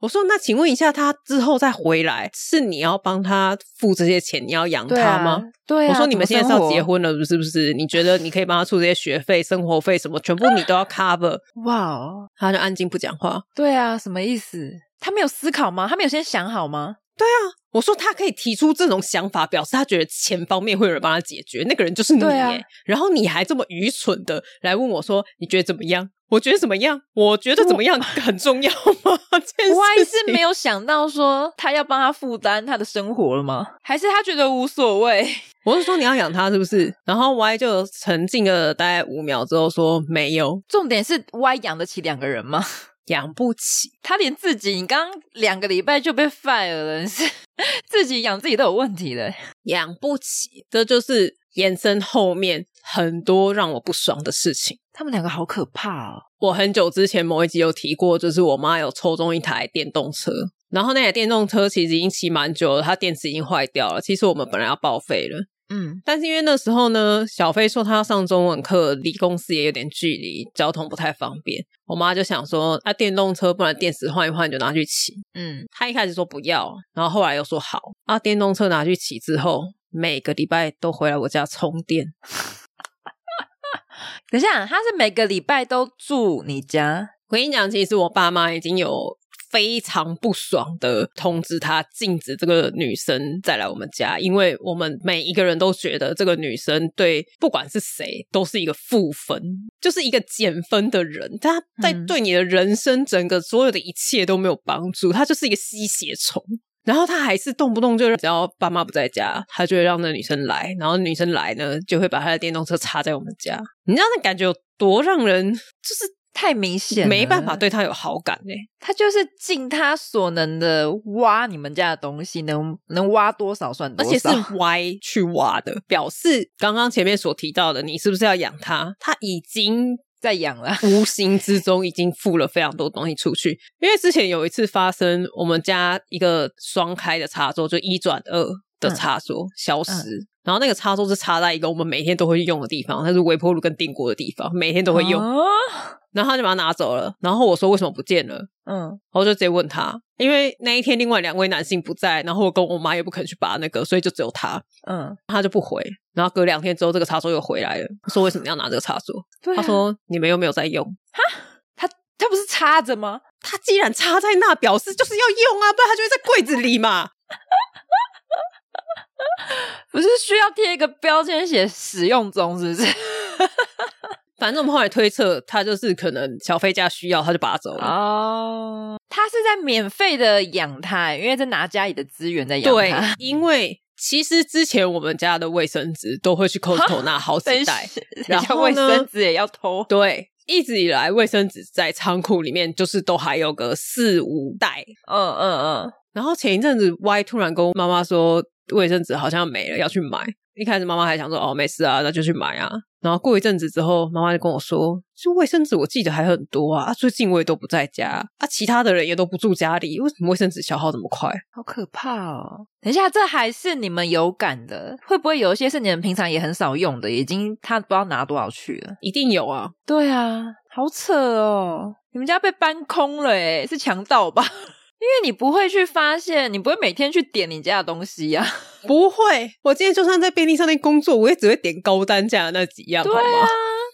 [SPEAKER 1] 我说，那请问一下，他之后再回来，是你要帮他付这些钱，你要养
[SPEAKER 2] 对
[SPEAKER 1] 他
[SPEAKER 2] 啊
[SPEAKER 1] 吗？？
[SPEAKER 2] 对啊，
[SPEAKER 1] 我说你们现在是
[SPEAKER 2] 怎
[SPEAKER 1] 要
[SPEAKER 2] 么
[SPEAKER 1] 结
[SPEAKER 2] 生活？
[SPEAKER 1] 婚了，是不是？你觉得你可以帮他出这些学费、生活费什么，全部你都要 cover？
[SPEAKER 2] 哇哦，
[SPEAKER 1] 他就安静不讲话。
[SPEAKER 2] 对啊，什么意思？他没有思考吗？他没有先想好 吗？
[SPEAKER 1] 我说他可以提出这种想法，表示他觉得钱方面会有人帮他解决，那个人就是你
[SPEAKER 2] 对啊
[SPEAKER 1] 耶。然后你还这么愚蠢的来问我说，你觉得怎么样？我觉得怎么样？我觉得怎么样很重要吗？ 这件
[SPEAKER 2] 我还
[SPEAKER 1] 事
[SPEAKER 2] 是
[SPEAKER 1] 情
[SPEAKER 2] 没有想到说他要帮他负担他的生活了吗？还是他觉得无所谓？
[SPEAKER 1] 我是说你要养他是不是？然后 Y 就沉静了大概五秒之后说没有，
[SPEAKER 2] 重点是 Y 养得起两个人吗？
[SPEAKER 1] 养不起。
[SPEAKER 2] 他连自己，你刚两个礼拜就被 fire 了，你是自己养自己都有问题的。
[SPEAKER 1] 养不起，这就是延伸后面很多让我不爽的事情。
[SPEAKER 2] 他们两个好可怕哦！
[SPEAKER 1] 我很久之前某一集有提过，就是我妈有抽中一台电动车，然后那台电动车其实已经骑蛮久了，它电池已经坏掉了。其实我们本来要报废了，
[SPEAKER 2] 嗯，
[SPEAKER 1] 但是因为那时候呢，小飞说他要上中文课，离公司也有点距离，交通不太方便。我妈就想说，啊，电动车不然电池换一换就拿去骑。
[SPEAKER 2] 嗯，
[SPEAKER 1] 她一开始说不要，然后后来又说好。啊，电动车拿去骑之后，每个礼拜都回来我家充电。
[SPEAKER 2] 等一下，他是每个礼拜都住你家，
[SPEAKER 1] 我跟你讲，其实我爸妈已经有非常不爽的通知他，禁止这个女生再来我们家，因为我们每一个人都觉得这个女生对不管是谁都是一个负分，就是一个减分的人。她在
[SPEAKER 2] 嗯
[SPEAKER 1] 对你的人生整个所有的一切都没有帮助，她就是一个吸血虫。然后他还是动不动就只要爸妈不在家，他就会让那女生来，然后女生来呢，就会把他的电动车插在我们家。你知道那感觉有多让人就是
[SPEAKER 2] 太明显了，
[SPEAKER 1] 没办法对他有好感欸呢、
[SPEAKER 2] 他就是尽他所能的挖你们家的东西，能能挖多少算
[SPEAKER 1] 而
[SPEAKER 2] 多少，
[SPEAKER 1] 且是 Y 去挖的，表示刚刚前面所提到的，你是不是要养他？他已经
[SPEAKER 2] 在养 啦。
[SPEAKER 1] 无形之中已经付了非常多东西出去。因为之前有一次发生，我们家一个双开的插座，就一转二
[SPEAKER 2] 嗯
[SPEAKER 1] 的插座、消失。然后那个插座是插在一个我们每天都会用的地方，它是微波炉跟电锅的地方，每天都会用。
[SPEAKER 2] 哦
[SPEAKER 1] 然后他就把它拿走了。然后我说为什么不见了？
[SPEAKER 2] 嗯，
[SPEAKER 1] 然后就直接问他，因为那一天另外两位男性不在，然后我跟我妈也不肯去拔那个，所以就只有他，
[SPEAKER 2] 嗯，
[SPEAKER 1] 他就不回。然后隔两天之后，这个插座又回来了，说为什么要拿这个插座？
[SPEAKER 2] 对啊、
[SPEAKER 1] 他说你们又没有在用，
[SPEAKER 2] 他他不是插着吗？
[SPEAKER 1] 他既然插在那，表示就是要用啊，不然他就会在柜子里嘛。
[SPEAKER 2] 不是需要贴一个标签写使用中，是不是？
[SPEAKER 1] 反正我们后来推测，他就是可能小飞家需要，他就拔走了。
[SPEAKER 2] 哦，他是在免费的养他，因为在拿家里的资源在养
[SPEAKER 1] 对
[SPEAKER 2] 他。，
[SPEAKER 1] 因为其实之前我们家的卫生纸都 会去 Costco 拿好
[SPEAKER 2] 等一
[SPEAKER 1] 几
[SPEAKER 2] 下
[SPEAKER 1] 袋，，然
[SPEAKER 2] 然后
[SPEAKER 1] 后
[SPEAKER 2] 卫
[SPEAKER 1] 呢
[SPEAKER 2] 生纸也要偷。
[SPEAKER 1] 对，一直以来卫生纸在仓库里面就是都还有个四五袋。
[SPEAKER 2] 嗯嗯
[SPEAKER 1] 然后前一阵子 Y 突然跟妈妈说卫生纸好像没了，要去买。一开始妈妈还想说哦没事啊，那就去买啊。然后过一阵子之后，妈妈就跟我说，就卫生纸我记得还很多啊，啊最近我也都不在家啊，其他的人也都不住家里，为什么卫生纸消耗这么快？
[SPEAKER 2] 好可怕哦！等一下，这还是你们有感的，会不会有一些是你们平常也很少用的，已经他不知道拿多少去了？
[SPEAKER 1] 一定有啊，
[SPEAKER 2] 对啊，好扯哦！你们家被搬空了，诶，是强盗吧？ 因为你不会去发现，你不会每天去点你家的东西啊呀、
[SPEAKER 1] 不会，我今天就算在便利商店工作，我也只会点高单价的那几样，
[SPEAKER 2] 对
[SPEAKER 1] 好
[SPEAKER 2] 啊
[SPEAKER 1] 吗？，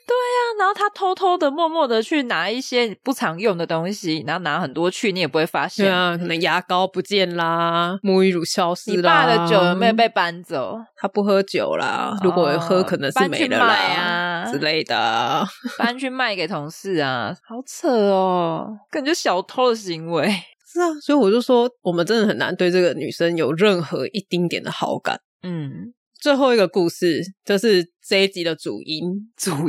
[SPEAKER 2] 对啊，然后他偷偷的、默默的去拿一些不常用的东西，然后拿很多去，你也不会发现。
[SPEAKER 1] 对啊，可能牙膏不见啦，沐浴乳消失啦。嗯
[SPEAKER 2] 你爸的酒有没有被搬走？
[SPEAKER 1] 他不喝酒啦，如果有喝，
[SPEAKER 2] 哦
[SPEAKER 1] 可能是
[SPEAKER 2] 搬
[SPEAKER 1] 没
[SPEAKER 2] 去
[SPEAKER 1] 了啦、
[SPEAKER 2] 卖啊
[SPEAKER 1] 之类的啊。
[SPEAKER 2] 搬去卖给同事啊？好扯哦，感觉小偷的行为。
[SPEAKER 1] 是啊，所以我就说，我们真的很难对这个女生有任何一丁点的好感。
[SPEAKER 2] 嗯，
[SPEAKER 1] 最后一个故事，这是这一集的主因，
[SPEAKER 2] 主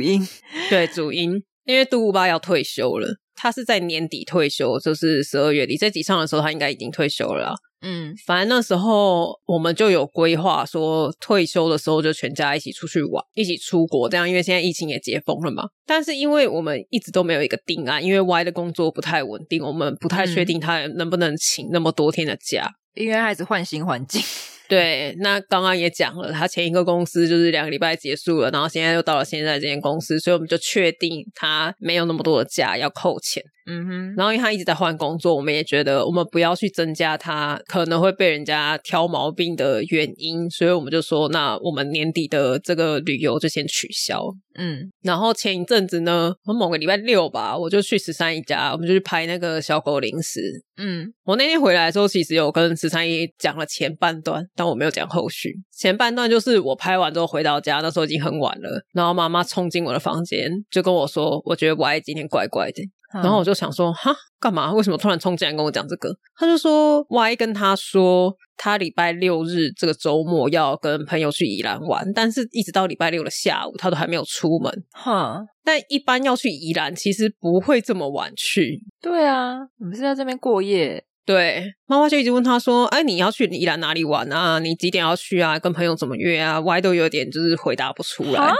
[SPEAKER 2] 因。
[SPEAKER 1] 对主因，因为杜五巴要退休了，他是在年底退休，就是十二月底这集上的时候，他应该已经退休了啊、
[SPEAKER 2] 嗯
[SPEAKER 1] 反正那时候我们就有规划，说退休的时候就全家一起出去玩，一起出国，这样因为现在疫情也解封了嘛。但是因为我们一直都没有一个定案，因为 Y 的工作不太稳定，我们不太确定他能不能请那么多天的假。
[SPEAKER 2] 因为他一直换新环境，
[SPEAKER 1] 对，那刚刚也讲了，他前一个公司就是两个礼拜结束了，然后现在又到了现在这间公司，所以我们就确定他没有那么多的假要扣钱。
[SPEAKER 2] 嗯哼，
[SPEAKER 1] 然后因为他一直在换工作，我们也觉得我们不要去增加他可能会被人家挑毛病的原因，所以我们就说，那我们年底的这个旅游就先取消。
[SPEAKER 2] 嗯，
[SPEAKER 1] 然后前一阵子呢，我某个礼拜六吧，我就去十三姨家，我们就去拍那个小狗零食。
[SPEAKER 2] 嗯，
[SPEAKER 1] 我那天回来的时候，其实有跟十三姨讲了前半段，但我没有讲后续。前半段就是我拍完之后回到家，那时候已经很晚了，然后妈妈冲进我的房间，就跟我说：“我觉得我爱今天怪怪的。”
[SPEAKER 2] 嗯
[SPEAKER 1] 然后我就想说，哈，干嘛？为什么突然冲进来跟我讲这个？他就说，Y 跟他说，他礼拜六日这个周末要跟朋友去宜兰玩，但是一直到礼拜六的下午，他都还没有出门。
[SPEAKER 2] 哈，
[SPEAKER 1] 但一般要去宜兰，其实不会这么晚去。
[SPEAKER 2] 对啊，你们是在这边过夜？
[SPEAKER 1] 对，妈妈就一直问他说：“哎，你要去宜兰哪里玩啊？你几点要去啊？跟朋友怎么约啊？”Y 都有点就是回答不出来
[SPEAKER 2] 啊。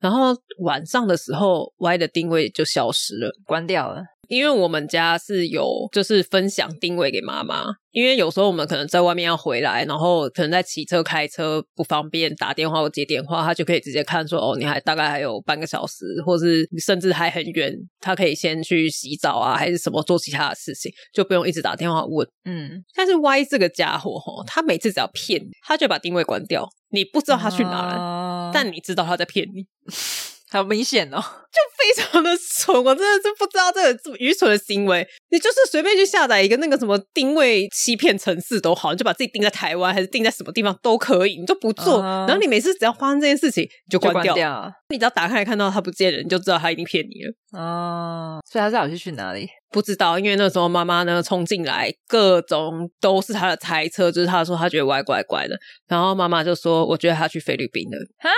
[SPEAKER 1] 然后晚上的时候，Y 的定位就消失了。
[SPEAKER 2] 关掉了，
[SPEAKER 1] 因为我们家是有就是分享定位给妈妈，因为有时候我们可能在外面要回来，然后可能在骑车、开车不方便打电话或接电话，她就可以直接看说哦，你还大概还有半个小时，或是甚至还很远，她可以先去洗澡啊，还是什么做其他的事情，就不用一直打电话问。
[SPEAKER 2] 嗯，
[SPEAKER 1] 但是 Y 这个家伙吼，他每次只要骗你，他就把定位关掉，你不知道他去哪了，
[SPEAKER 2] 了
[SPEAKER 1] 但你知道他在骗你。
[SPEAKER 2] 哦好明显哦，
[SPEAKER 1] 非常的蠢， 我真的是不知道这个这么愚蠢的行为。你就是随便去下载一个那个什么定位欺骗城市都好，你就把自己定在台湾还是定在什么地方都可以，你就不做。
[SPEAKER 2] 啊
[SPEAKER 1] 然后你每次只要发生这件事情，你嗯就
[SPEAKER 2] 就
[SPEAKER 1] 关
[SPEAKER 2] 关
[SPEAKER 1] 掉。
[SPEAKER 2] 掉啊
[SPEAKER 1] 你只要打开来看到他不见了，你就知道他一定骗你了。，
[SPEAKER 2] 哦所以他到底是去哪里？
[SPEAKER 1] 不知道，因为那时候妈妈呢冲进来，各种都是她的猜测，就是她说她觉得歪怪怪的，然后妈妈就说我觉得她去菲律宾了
[SPEAKER 2] 啊，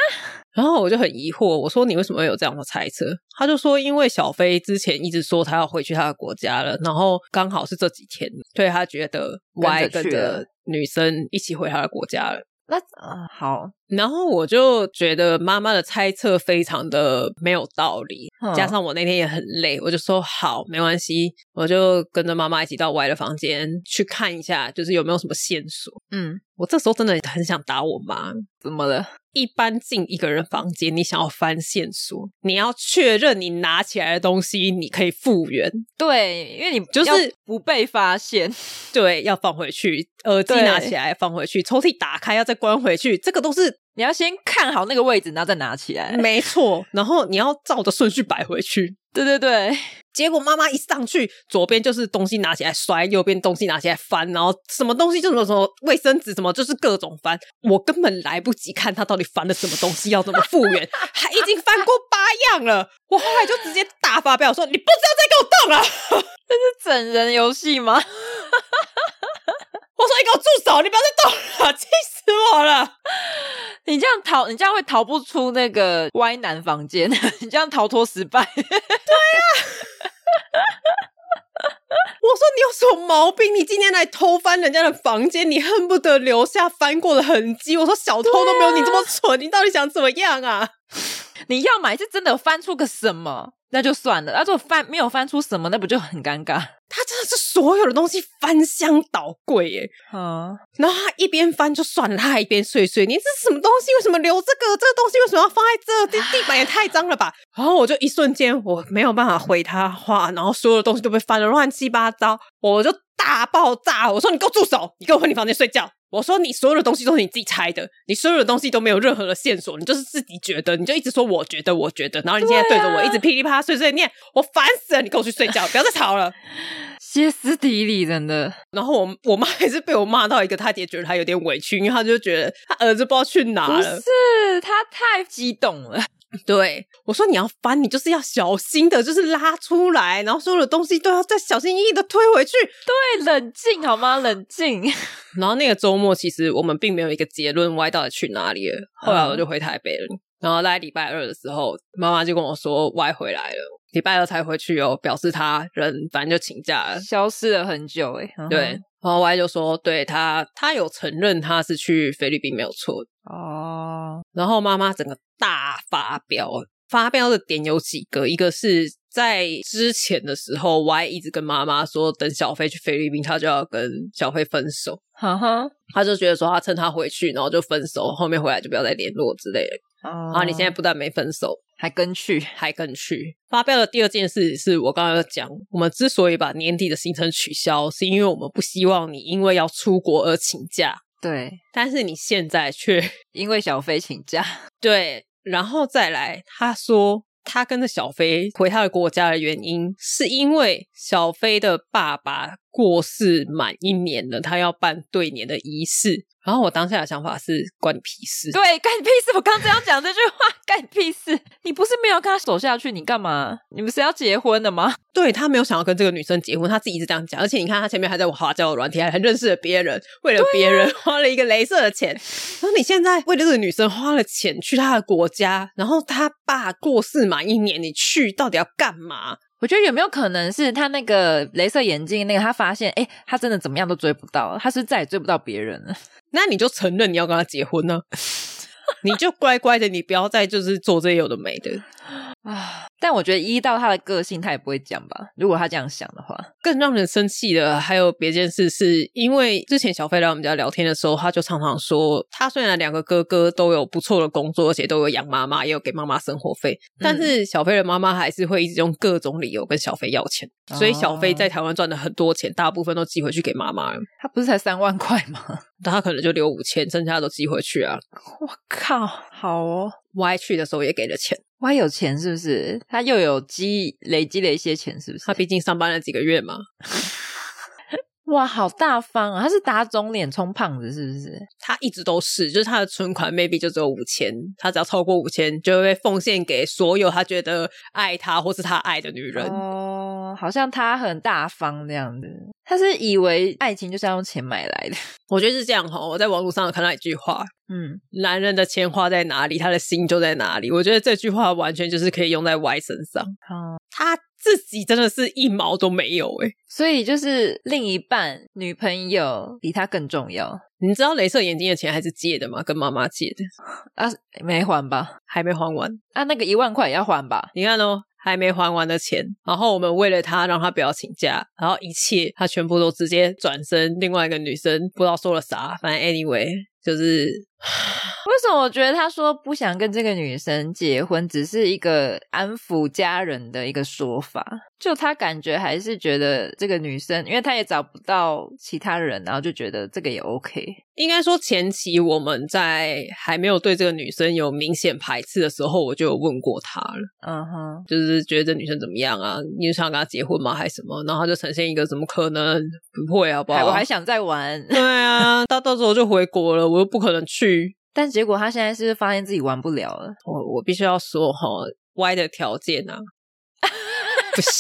[SPEAKER 1] 然后我就很疑惑，我说你为什么会有这样的猜测？她就说因为小飞之前一直说她要回去她的国家了，然后刚好是这几天，所以她觉得歪
[SPEAKER 2] 跟着
[SPEAKER 1] 跟
[SPEAKER 2] 去了
[SPEAKER 1] 着女生一起回她的国家了。
[SPEAKER 2] 那啊、好，
[SPEAKER 1] 然后我就觉得妈妈的猜测非常的没有道理，
[SPEAKER 2] 嗯
[SPEAKER 1] 加上我那天也很累，我就说好，没关系，我就跟着妈妈一起到 Y 的房间去看一下，就是有没有什么线索。
[SPEAKER 2] 嗯，
[SPEAKER 1] 我这时候真的很想打我妈。
[SPEAKER 2] 怎么了？
[SPEAKER 1] 一般进一个人房间，你想要翻线索，你要确认你拿起来的东西，你可以复原，
[SPEAKER 2] 对，因为你
[SPEAKER 1] 就是
[SPEAKER 2] 要不被发现，
[SPEAKER 1] 对，要放回去，耳机
[SPEAKER 2] 对
[SPEAKER 1] 拿起来放回去，抽屉打开要再关回去，这个都是
[SPEAKER 2] 你要先看好那个位置，然后再拿起来。
[SPEAKER 1] 没错。然后你要照着顺序摆回去，
[SPEAKER 2] 对对对，
[SPEAKER 1] 结果妈妈一上去，左边就是东西拿起来摔，右边东西拿起来翻，然后什么东西就是什么卫生纸什么，就是各种翻。我根本来不及看她到底翻了什么东西，要怎么复原，还已经翻过八样了。我后来就直接大发飙说：“你不知道再给我动了！”
[SPEAKER 2] 是整人游戏吗？
[SPEAKER 1] 我说：“你给我住手！你不要再动了！”气死我了！
[SPEAKER 2] 你这样逃，你这样会逃不出那个歪男房间， 你这样逃脱失败。
[SPEAKER 1] 我说：“你有什么毛病？你今天来偷翻人家的房间，你恨不得留下翻过的痕迹。”我说：“小偷都没有你这么蠢，你到底想怎么样啊？”
[SPEAKER 2] 你要买是真的有翻出个什么，那就算了；，那如果翻没有翻出什么，那不就很尴尬？
[SPEAKER 1] 他真的是所有的东西翻箱倒柜耶，
[SPEAKER 2] 啊，
[SPEAKER 1] 然后他一边翻就算了，他还一边碎碎念，这是什么东西？为什么留这个？这个东西为什么要放在这？地地板也太脏了吧！然后我就一瞬间我没有办法回他话，然后所有的东西都被翻得乱七八糟，我就大爆炸！我说你给我住手！你给我回你房间睡觉！我说你所有的东西都是你自己拆的，你所有的东西都没有任何的线索，你就是自己觉得，你就一直说我觉得，我觉得，然后你现在对着我一直噼里啪啦碎碎念，我烦死了！你给我去睡觉，不要再吵了。
[SPEAKER 2] 歇斯底里，真的。
[SPEAKER 1] 然后我我妈还是被我骂到一个，她也觉得她有点委屈，因为她就觉得她儿子不知道去哪
[SPEAKER 2] 不
[SPEAKER 1] 了。
[SPEAKER 2] 是，他太激动了。
[SPEAKER 1] 对我说：“你要翻，你就是要小心的，就是拉出来，然后所有的东西都要再小心翼翼的推回去。
[SPEAKER 2] 对，冷静好吗？冷静。”
[SPEAKER 1] 然后那个周末，其实我们并没有一个结论，Y 到底去哪里了。后来我就回台北了。
[SPEAKER 2] 嗯
[SPEAKER 1] 然后在礼拜二的时候，妈妈就跟我说 Y 回来了，礼拜二才回去哦，表示他人反正就请假了。
[SPEAKER 2] 消失了很久、欸，哎，
[SPEAKER 1] 对，然后 Y 就说，对他，他有承认他是去菲律宾没有错，
[SPEAKER 2] 嗯哼，哦，
[SPEAKER 1] 然后妈妈整个大发飙，发飙的点有几个，一个是。在之前的时候，Y 一直跟妈妈说，等小飞去菲律宾，他就要跟小飞分手。
[SPEAKER 2] 哈哈，
[SPEAKER 1] 他就觉得说，他趁他回去，然后就分手，后面回来就不要再联络之类的。然
[SPEAKER 2] 啊
[SPEAKER 1] 后你现在不但没分手，
[SPEAKER 2] 还跟去
[SPEAKER 1] 还更去发飙的第二件事是我刚刚有讲，我们之所以把年底的行程取消，是因为我们不希望你因为要出国而请假，
[SPEAKER 2] 对，
[SPEAKER 1] 但是你现在却
[SPEAKER 2] 因为小飞请假，
[SPEAKER 1] 对，然后再来，他说他跟着小飞回他的国家的原因，是因为小飞的爸爸过世满一年了，他要办对年的仪式。然后我当下的想法是，关你屁事。
[SPEAKER 2] 对，干你屁事！我刚刚这样讲这句话， 干你屁事！你不是没有跟他走下去，你干嘛？你不是要结婚的吗？
[SPEAKER 1] 对他没有想要跟这个女生结婚，他自己一直这样讲。而且你看，他前面还在我花交友软体，还还认识了别人，为了别人 花了一个镭射的钱。然后你现在为了这个女生花了钱去她的国家，然后他爸过世满一年，你去到底要干嘛？
[SPEAKER 2] 我觉得有没有可能是他那个镭射眼镜那个，他发现哎、诶他真的怎么样都追不到，他是再也追不到别人 了。
[SPEAKER 1] 那你就承认你要跟他结婚呢、你就乖乖的，你不要再就是做这些有的没的。
[SPEAKER 2] 但我觉得依到他的个性，他也不会讲吧。如果他这样想的话，
[SPEAKER 1] 更让人生气的还有别件事，是因为之前小飞来我们家聊天的时候，他就常常说，他虽然两个哥哥都有不错的工作，而且都有养妈妈，也有给妈妈生活费，但是小飞的妈妈还是会一直用各种理由跟小飞要钱，所以小飞在台湾赚的很多钱，大部分都寄回去给妈妈了，
[SPEAKER 2] 他不是才三万块吗？
[SPEAKER 1] 但他可能就留五千，剩下的都寄回去啊。
[SPEAKER 2] 我靠，好哦。
[SPEAKER 1] Y 去的时候也给了钱，
[SPEAKER 2] 我还有钱是不是？他又有积累积了一些钱是不
[SPEAKER 1] 他
[SPEAKER 2] 是？
[SPEAKER 1] 毕竟上班了几个月嘛，
[SPEAKER 2] 哇，好大方啊！他是打肿脸充胖子是不是？
[SPEAKER 1] 他一直都是，就是他的存款 maybe 就只有五千，他只要超过五千，就会被奉献给所有他觉得爱他或是他爱的女人。
[SPEAKER 2] 哦，好像他很大方那样子。他是以为爱情就是要用钱买来的。
[SPEAKER 1] 我觉得是这样哈，我在网络上有看到一句话。
[SPEAKER 2] 嗯，
[SPEAKER 1] 男人的钱花在哪里，他的心就在哪里。我觉得这句话完全就是可以用在 Y 身上。
[SPEAKER 2] 好。
[SPEAKER 1] 他自己真的是一毛都没有欸诶、
[SPEAKER 2] 所以就是另一半、女朋友比他更重要
[SPEAKER 1] 你知道镭射眼睛的钱还是借的吗？跟妈妈借的，
[SPEAKER 2] 啊？没还吧？
[SPEAKER 1] 还没还完。
[SPEAKER 2] 啊，那个一万块也要还吧？
[SPEAKER 1] 你看哦，还没还完的钱，然后我们为了他让他不要请假，然后一切他全部都直接转身另外一个女生，不知道说了啥，反正 anyway 就是
[SPEAKER 2] 为什么我觉得他说不想跟这个女生结婚，只是一个安抚家人的一个说法？就他感觉还是觉得这个女生，因为他也找不到其他人，然后就觉得这个也 OK。
[SPEAKER 1] 应该说前期我们在还没有对这个女生有明显排斥的时候，我就有问过她了，
[SPEAKER 2] 嗯哼，
[SPEAKER 1] 就是觉得这女生怎么样啊？你想跟她结婚吗？还是什么？然后她就呈现一个怎么可能不会好不
[SPEAKER 2] 还
[SPEAKER 1] 好？
[SPEAKER 2] 我还想再玩，
[SPEAKER 1] 对啊，到到时候就回国了，我又不可能去，
[SPEAKER 2] 但结果他现在是发现自己玩不了了。
[SPEAKER 1] 我我必须要说哈、歪的条件啊，不行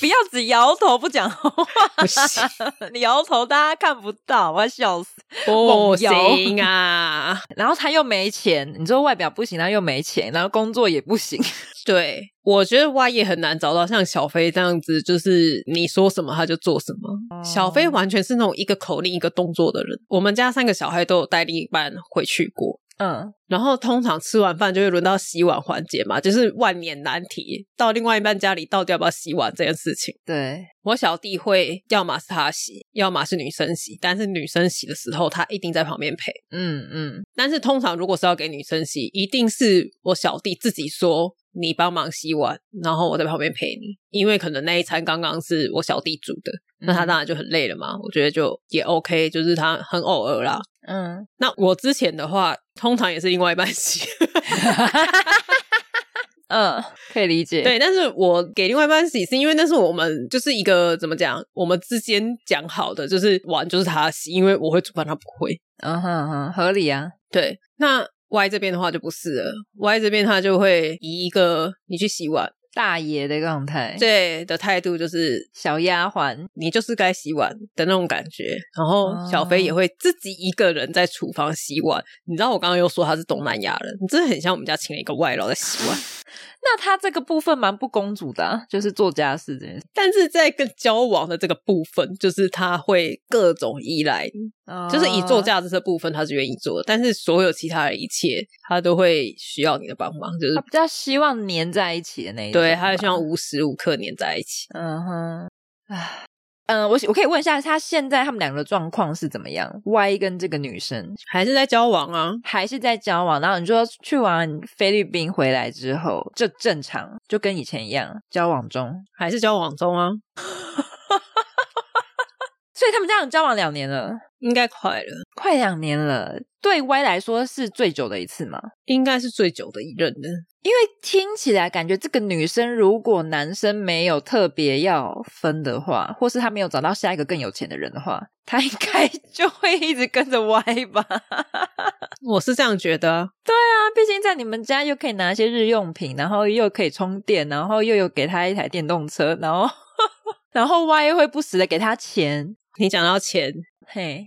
[SPEAKER 2] 不要只摇头不讲话，
[SPEAKER 1] 不行
[SPEAKER 2] 你摇头大家看不到，我要笑死。
[SPEAKER 1] 不哦行啊！
[SPEAKER 2] 然后他又没钱，你说外表不行，他又没钱，然后工作也不行。
[SPEAKER 1] 对，我觉得歪也很难找到像小飞这样子，就是你说什么他就做什么。小飞完全是那种一个口令一个动作的人。我们家三个小孩都有带另一半回去过。
[SPEAKER 2] 嗯，
[SPEAKER 1] 然后通常吃完饭就会轮到洗碗环节嘛，就是万年难题，到另外一半家里到底要不要洗碗这件事情。
[SPEAKER 2] 对，
[SPEAKER 1] 我小弟会，要么是他洗，要么是女生洗。但是女生洗的时候，他一定在旁边陪。
[SPEAKER 2] 嗯嗯。
[SPEAKER 1] 但是通常如果是要给女生洗，一定是我小弟自己说你帮忙洗碗，然后我在旁边陪你，因为可能那一餐刚刚是我小弟煮的，那
[SPEAKER 2] 嗯
[SPEAKER 1] 他当然就很累了嘛。我觉得就也 OK，就是他很偶尔啦。
[SPEAKER 2] 嗯，
[SPEAKER 1] 那我之前的话，通常也是另外一半洗，
[SPEAKER 2] 嗯，可以理解。，
[SPEAKER 1] 对，但是我给另外一半洗是因为那是我们就是一个怎么讲，我们之间讲好的，就是碗就是他洗，因为我会煮饭，他不会。
[SPEAKER 2] 嗯哼嗯哼，合理啊。
[SPEAKER 1] 对，那 Y 这边的话就不是了，Y 这边他就会以一个你去洗碗，
[SPEAKER 2] 大爷的状态，
[SPEAKER 1] 对的态度就是
[SPEAKER 2] 小丫鬟
[SPEAKER 1] 你就是该洗碗的那种感觉。然后小飞也
[SPEAKER 2] 哦
[SPEAKER 1] 会自己一个人在厨房洗碗。你知道我刚刚又说他是东南亚人，你真的很像我们家请了一个外劳在洗 碗。
[SPEAKER 2] 那她这个部分蛮不公主的啊、就是做家事这件事，
[SPEAKER 1] 但是在跟交往的这个部分，就是他会各种依赖你，
[SPEAKER 2] 哦
[SPEAKER 1] 就是以做
[SPEAKER 2] 家。
[SPEAKER 1] 价值这部分他是愿意做的，但是所有其他的一切他都会需要你的帮忙，就是
[SPEAKER 2] 他比较希望黏在一起的那一种吧，
[SPEAKER 1] 对，他就希望无时无刻黏在一起。
[SPEAKER 2] 嗯哼，唉，嗯，我我可以问一下，他现在他们两个的状况是怎么样？Y 跟这个女生
[SPEAKER 1] 还是在交往啊，
[SPEAKER 2] 还是在交往，然后你说去完菲律宾回来之后，就正常，就跟以前一样交往中，
[SPEAKER 1] 还是交往中啊，
[SPEAKER 2] 所以他们这样交往两年了，
[SPEAKER 1] 应该快了，
[SPEAKER 2] 快两年了，对 Y 来说是最久的一次吗？
[SPEAKER 1] 应该是最久的一任了。
[SPEAKER 2] 因为听起来感觉这个女生，如果男生没有特别要分的话，或是他没有找到下一个更有钱的人的话， 他应该就会一直跟着歪吧？
[SPEAKER 1] 我是这样觉得啊，
[SPEAKER 2] 那毕竟在你们家又可以拿一些日用品，然后又可以充电，然后又有给他一台电动车，然后 然后 Y 又会不时的给他钱，
[SPEAKER 1] 你讲到钱，
[SPEAKER 2] 嘿，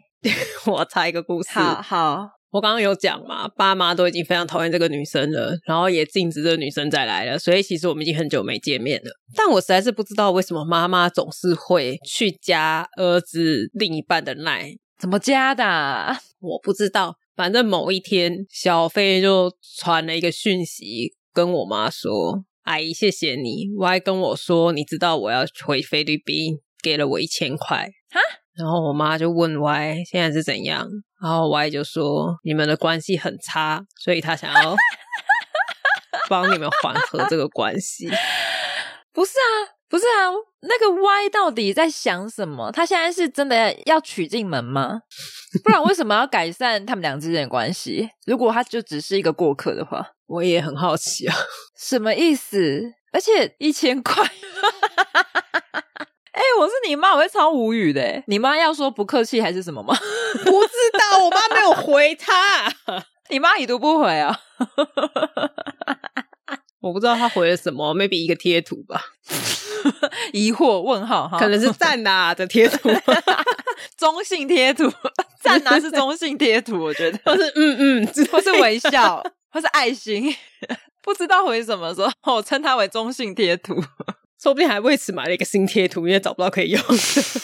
[SPEAKER 1] 我插一个故事。
[SPEAKER 2] 好好，
[SPEAKER 1] 我刚刚有讲嘛，爸妈都已经非常讨厌这个女生了，然后也禁止这个女生再来了，所以其实我们已经很久没见面了。但我实在是不知道为什么妈妈总是会去加儿子另一半的赖，
[SPEAKER 2] 怎么加的啊？
[SPEAKER 1] 我不知道。反正某一天，小飞就传了一个讯息跟我妈说：“阿姨，谢谢你。”我还跟我说：“你知道我要回菲律宾，给了我一千块。”
[SPEAKER 2] 哈，
[SPEAKER 1] 然后我妈就问 Y 现在是怎样，然后 Y 就说你们的关系很差，所以他想要 帮你们缓和这个关系。
[SPEAKER 2] 不是啊，不是啊，那个 Y 到底在想什么？他现在是真的要娶进门吗？不然为什么要改善他们俩之间的关系？ 如果他就只是一个过客的话，
[SPEAKER 1] 我也很好奇啊，
[SPEAKER 2] 什么意思？而且一千 块，哎、我是你妈，我会超无语的欸。你妈要说不客气还是什么吗？
[SPEAKER 1] 不知道，我妈没有回他，
[SPEAKER 2] 你妈已读不回啊？
[SPEAKER 1] 我不知道他回了什么，maybe 一个贴图吧，
[SPEAKER 2] 疑惑问号哈？
[SPEAKER 1] 可能是赞呐、的贴 图，
[SPEAKER 2] 中性贴图， 赞拿是中性贴图，我觉得。
[SPEAKER 1] 或是嗯嗯之类的，
[SPEAKER 2] 或是微 笑，或是爱心， 不知道回什么时候，我称它为中性贴图。
[SPEAKER 1] 说不定还为此买了一个新贴图，因为找不到可以用的。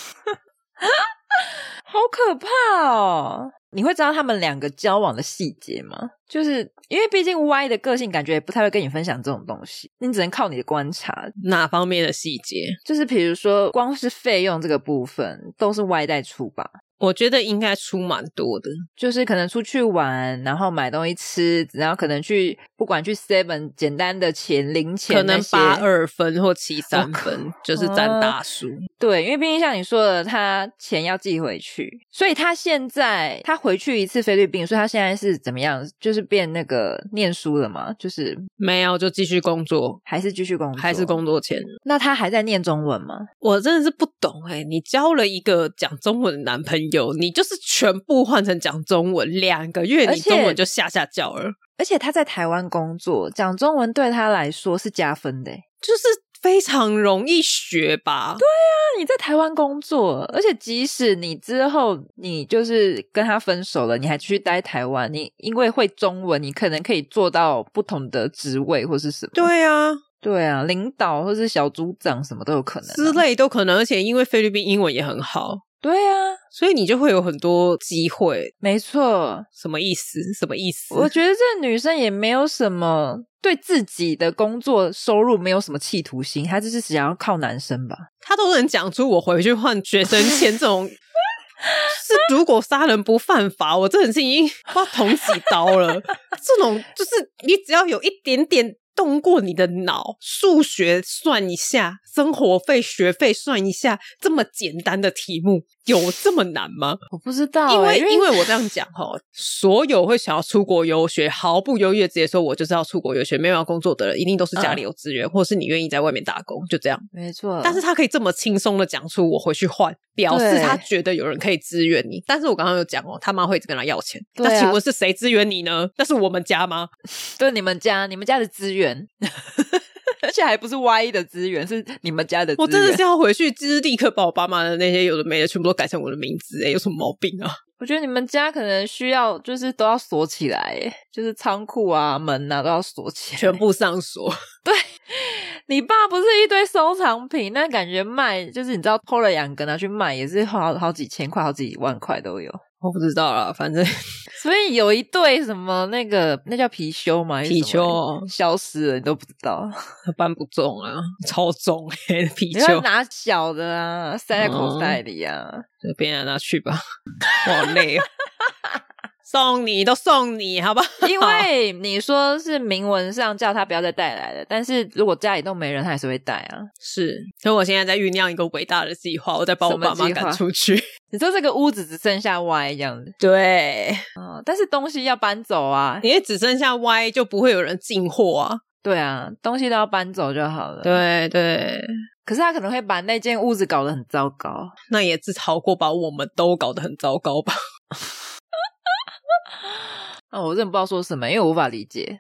[SPEAKER 2] 好可怕哦！你会知道他们两个交往的细节吗？就是因为毕竟 Y 的个性感觉也不太会跟你分享这种东西，你只能靠你的观察。
[SPEAKER 1] 哪方面的细节？
[SPEAKER 2] 就是比如说，光是费用这个部分都是 Y 在出吧，
[SPEAKER 1] 我觉得应该出蛮多的。
[SPEAKER 2] 就是可能出去玩，然后买东西吃，然后可能去不管去 Seven 简单的钱零钱
[SPEAKER 1] 可能
[SPEAKER 2] 那些
[SPEAKER 1] 八二分或七
[SPEAKER 2] 我
[SPEAKER 1] 三
[SPEAKER 2] 靠
[SPEAKER 1] 分，就是占大数。
[SPEAKER 2] 对，因为毕竟像你说的，他钱要寄回去，所以他现在他回去一次菲律宾，所以他现在是怎么样？就是变那个念书了嘛，就是
[SPEAKER 1] 没有就继续工作，
[SPEAKER 2] 还是继续工作，
[SPEAKER 1] 还是？工作前。
[SPEAKER 2] 那他还在念中文吗？
[SPEAKER 1] 我真的是不懂哎、你交了一个讲中文的男朋友，你就是全部换成讲中文，两个月
[SPEAKER 2] 而
[SPEAKER 1] 你
[SPEAKER 2] 且
[SPEAKER 1] 中文就下下叫了，
[SPEAKER 2] 而且他在台湾工作，讲中文对他来说是加分的欸。
[SPEAKER 1] 就是非常容易学吧？
[SPEAKER 2] 那你在台湾工作，而且即使你之后你就是跟他分手了，你还继续待台湾，你因为会中文，你可能可以做到不同的职位或是什么。
[SPEAKER 1] 对啊，
[SPEAKER 2] 对啊，领导或是小组长什么都有可能、啊
[SPEAKER 1] 之。类都可能，而且因为菲律宾英文也很好，
[SPEAKER 2] 对啊，
[SPEAKER 1] 所以你就会有很多机会。
[SPEAKER 2] 没错。
[SPEAKER 1] 什么意思？什么意思？
[SPEAKER 2] 我觉得这女生也没有什么对自己的工作收入没有什么企图心，她就是想要靠男生吧。
[SPEAKER 1] 他都能讲出我回去换学生签这 种，是如果杀人不犯法，我真的是已经不知道捅几刀了。这种就是你只要有一点点动过你的脑，数学算一下，生活费、学费算一下，这么简单的题目有这么难吗？
[SPEAKER 2] 我不知道欸、
[SPEAKER 1] 因为因
[SPEAKER 2] 因
[SPEAKER 1] 为我这样讲哈，所有会想要出国游学、毫不犹豫地直接说我就是要出国游学，没有要工作的人，一定都是家里
[SPEAKER 2] 嗯
[SPEAKER 1] 有资源，或是你愿意在外面打工，就这样。
[SPEAKER 2] 没错，
[SPEAKER 1] 但是他可以这么轻松的讲出我回去换，表示
[SPEAKER 2] 对
[SPEAKER 1] 他觉得有人可以支援你。但是我刚刚有讲哦，他妈会一直跟他要钱。
[SPEAKER 2] 对啊
[SPEAKER 1] 那请问是谁支援你呢？那是我们家吗？
[SPEAKER 2] 对你们家你们家的资源，而且还不是 Y 的资源，是你们家的资源。
[SPEAKER 1] 我真的是要回去，就是立刻把我爸妈的那些有的没的全部都改成我的名字，哎，有什么毛病啊？
[SPEAKER 2] 我觉得你们家可能需要，就是都要锁起来，哎就是仓库啊、门啊都要锁起来。
[SPEAKER 1] 全部上锁，
[SPEAKER 2] 你爸不是一堆收藏品，那感觉卖就是你知道偷了两个拿去卖，也是好好几千块、好几万块都有。
[SPEAKER 1] 我不知道啦，反正
[SPEAKER 2] 所以有一对什么那个那叫貔貅吗？还是
[SPEAKER 1] 貔
[SPEAKER 2] 什么
[SPEAKER 1] 貅
[SPEAKER 2] 消失了，你都不知道。
[SPEAKER 1] 搬不重啊， 超重哎、 啤
[SPEAKER 2] 你要
[SPEAKER 1] 酒
[SPEAKER 2] 拿小的啊，塞在口袋里啊。
[SPEAKER 1] 随便拿拿去 吧，我好累哦。送你都送你，好吧？
[SPEAKER 2] 因为你说是明文上叫他不要再带来了，但是如果家里都没人，他还是会带啊。
[SPEAKER 1] 是，所以我现在在酝酿一个伟大的计划，我在把我爸
[SPEAKER 2] 什么
[SPEAKER 1] 妈
[SPEAKER 2] 计划
[SPEAKER 1] 赶出去。
[SPEAKER 2] 你说这个屋子只剩下 Y 这样子，
[SPEAKER 1] 对，
[SPEAKER 2] 哦，但是东西要搬走啊，
[SPEAKER 1] 因为只剩下 Y 就不会有人进货啊。
[SPEAKER 2] 对啊，东西都要搬走就好了。，
[SPEAKER 1] 对对，
[SPEAKER 2] 可是他可能会把那间屋子搞得很糟糕。
[SPEAKER 1] 那也只好过把我们都搞得很糟糕 吧。
[SPEAKER 2] 啊、我真的不知道说什么，因为我无法理解。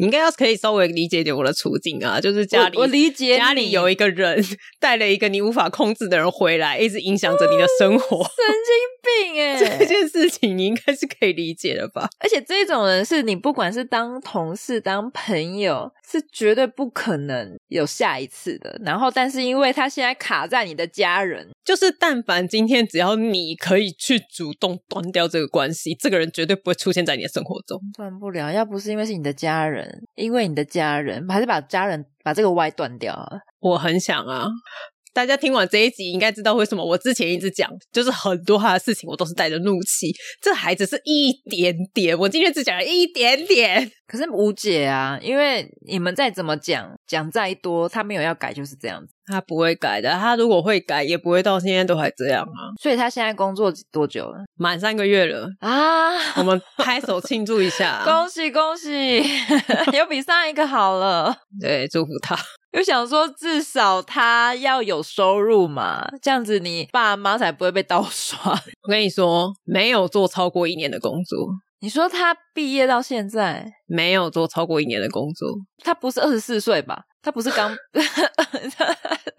[SPEAKER 1] 你应该要可以稍微理解点我的处境啊，就是家里
[SPEAKER 2] 我我理解
[SPEAKER 1] 家里有
[SPEAKER 2] 一
[SPEAKER 1] 一个人带了一个你无法控制的人回来，一直影响着你的生活。
[SPEAKER 2] 神经病哎、
[SPEAKER 1] 这件事情你应该是可以理解的吧？
[SPEAKER 2] 而且这种人是你不管是当同事、当朋友，是绝对不可能有下一次的。然后，但是因为他现在卡在你的家人，
[SPEAKER 1] 就是但凡今天只要你可以去主动断掉这个关系，这个人绝对不会出现在你的生活中。
[SPEAKER 2] 断不了。要不是因为是你的家人，因为你的家人，还是把家人把这个 Y 断掉啊。
[SPEAKER 1] 我很想啊。大家听完这一集，应该知道为什么我之前一直讲，就是很多他的事情，我都是带着怒气。这还只是一点点，我今天只讲了一点点。
[SPEAKER 2] 可是无解啊，因为你们再怎么讲，讲再多，他没有要改就是这样子。
[SPEAKER 1] 他不会改的，他如果会改，也不会到现在都还这样啊，
[SPEAKER 2] 所以他现在工作多久了
[SPEAKER 1] 满三个月了，
[SPEAKER 2] 啊？
[SPEAKER 1] 我们拍手庆祝一下， 啊
[SPEAKER 2] 恭喜恭 喜，有比上一个好了。
[SPEAKER 1] 对，祝福他。
[SPEAKER 2] 又想说，至少他要有收入嘛，这样子你爸妈才不会被盗刷。
[SPEAKER 1] 我跟你说，没有做超过一年的工作，
[SPEAKER 2] 你说他毕业到现在，
[SPEAKER 1] 没有做超过一年的工作，
[SPEAKER 2] 他不是二十四岁吧？他不是刚，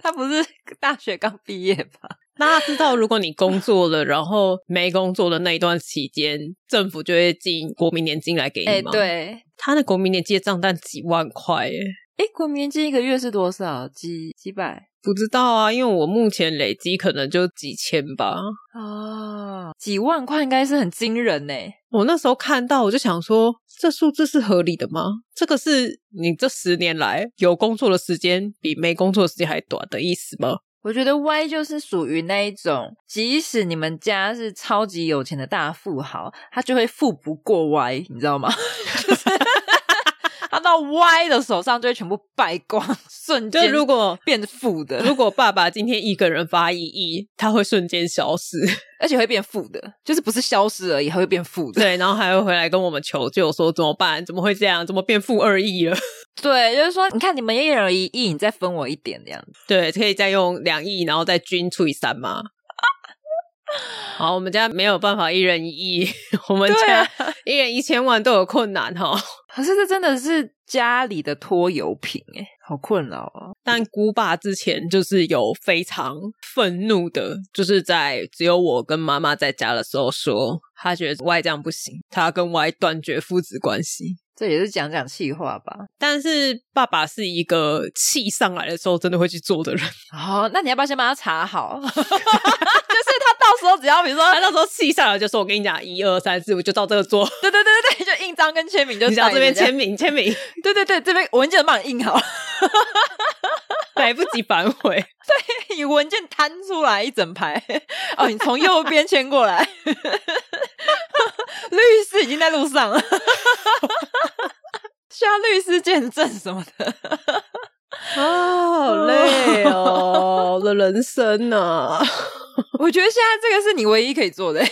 [SPEAKER 2] 他不是大学刚毕业吧？
[SPEAKER 1] 大家知道，如果你工作了，然后没工作的那一段期间，政府就会进国民年金来给
[SPEAKER 2] 哎、
[SPEAKER 1] 你吗？，
[SPEAKER 2] 对，
[SPEAKER 1] 他的国民年金的账单几万块耶，
[SPEAKER 2] 哎，国民年金一个月是多少？几几百？
[SPEAKER 1] 不知道啊，因为我目前累积可能就几千吧。
[SPEAKER 2] 哦，几万块应该是很惊人呢。
[SPEAKER 1] 我那时候看到，我就想说，这数字是合理的吗？这个是你这十年来有工作的时间比没工作的时间还短的意思吗？
[SPEAKER 2] 我觉得 Y 就是属于那一种，即使你们家是超级有钱的大富豪，他就会富不过 Y，你知道吗？ 就是他到 Y 的手上就会全部败光，瞬
[SPEAKER 1] 就
[SPEAKER 2] 间
[SPEAKER 1] 如果
[SPEAKER 2] 变富 的，
[SPEAKER 1] 如果爸爸今天一个人发一亿，他会瞬间消 失。
[SPEAKER 2] 而且会变富的，就是不是消失而已，还会变富的。
[SPEAKER 1] 对，然后还会回来跟我们求救，说怎么办？怎么会这样？怎么变负二亿了？
[SPEAKER 2] 对，就是说，你看你们一人一亿，你再分我一点这样子。
[SPEAKER 1] 对，可以再用两亿，然后再均除以三 吗？好，我们家没有办法一人一亿， 我们
[SPEAKER 2] 对
[SPEAKER 1] 家
[SPEAKER 2] 啊
[SPEAKER 1] 一人一千万都有困难哈、
[SPEAKER 2] 可是这真的是家里的拖油瓶哎、好困扰哦。
[SPEAKER 1] 但姑爸之前就是有非常愤怒的，就是在只有我跟妈妈在家的时候说，他觉得 Y 这样不行，他要跟 Y 断绝父子关系。
[SPEAKER 2] 这也是讲讲气话吧。
[SPEAKER 1] 但是爸爸是一个气上来的时候真的会去做的人，
[SPEAKER 2] 哦，那你要不要先帮他查好？ 就是他到时候只要比如说，
[SPEAKER 1] 他那时候气上来就说：“我跟你讲，一二三四，我就照这个做，
[SPEAKER 2] 对对对对对，就印章跟签名就
[SPEAKER 1] 你到
[SPEAKER 2] 在
[SPEAKER 1] 这边签
[SPEAKER 2] 名，
[SPEAKER 1] 名，签名，
[SPEAKER 2] 对对对，这边文件帮你 印好，
[SPEAKER 1] 来不及反悔。
[SPEAKER 2] 你文件摊出来一整排， 哦，你从右边签过来， 律师已经在路上了， 需要律师见证什么的。”
[SPEAKER 1] 啊， 好
[SPEAKER 2] 累
[SPEAKER 1] 哦，我的人生啊！
[SPEAKER 2] 我觉得现在这个是你唯一可以做的，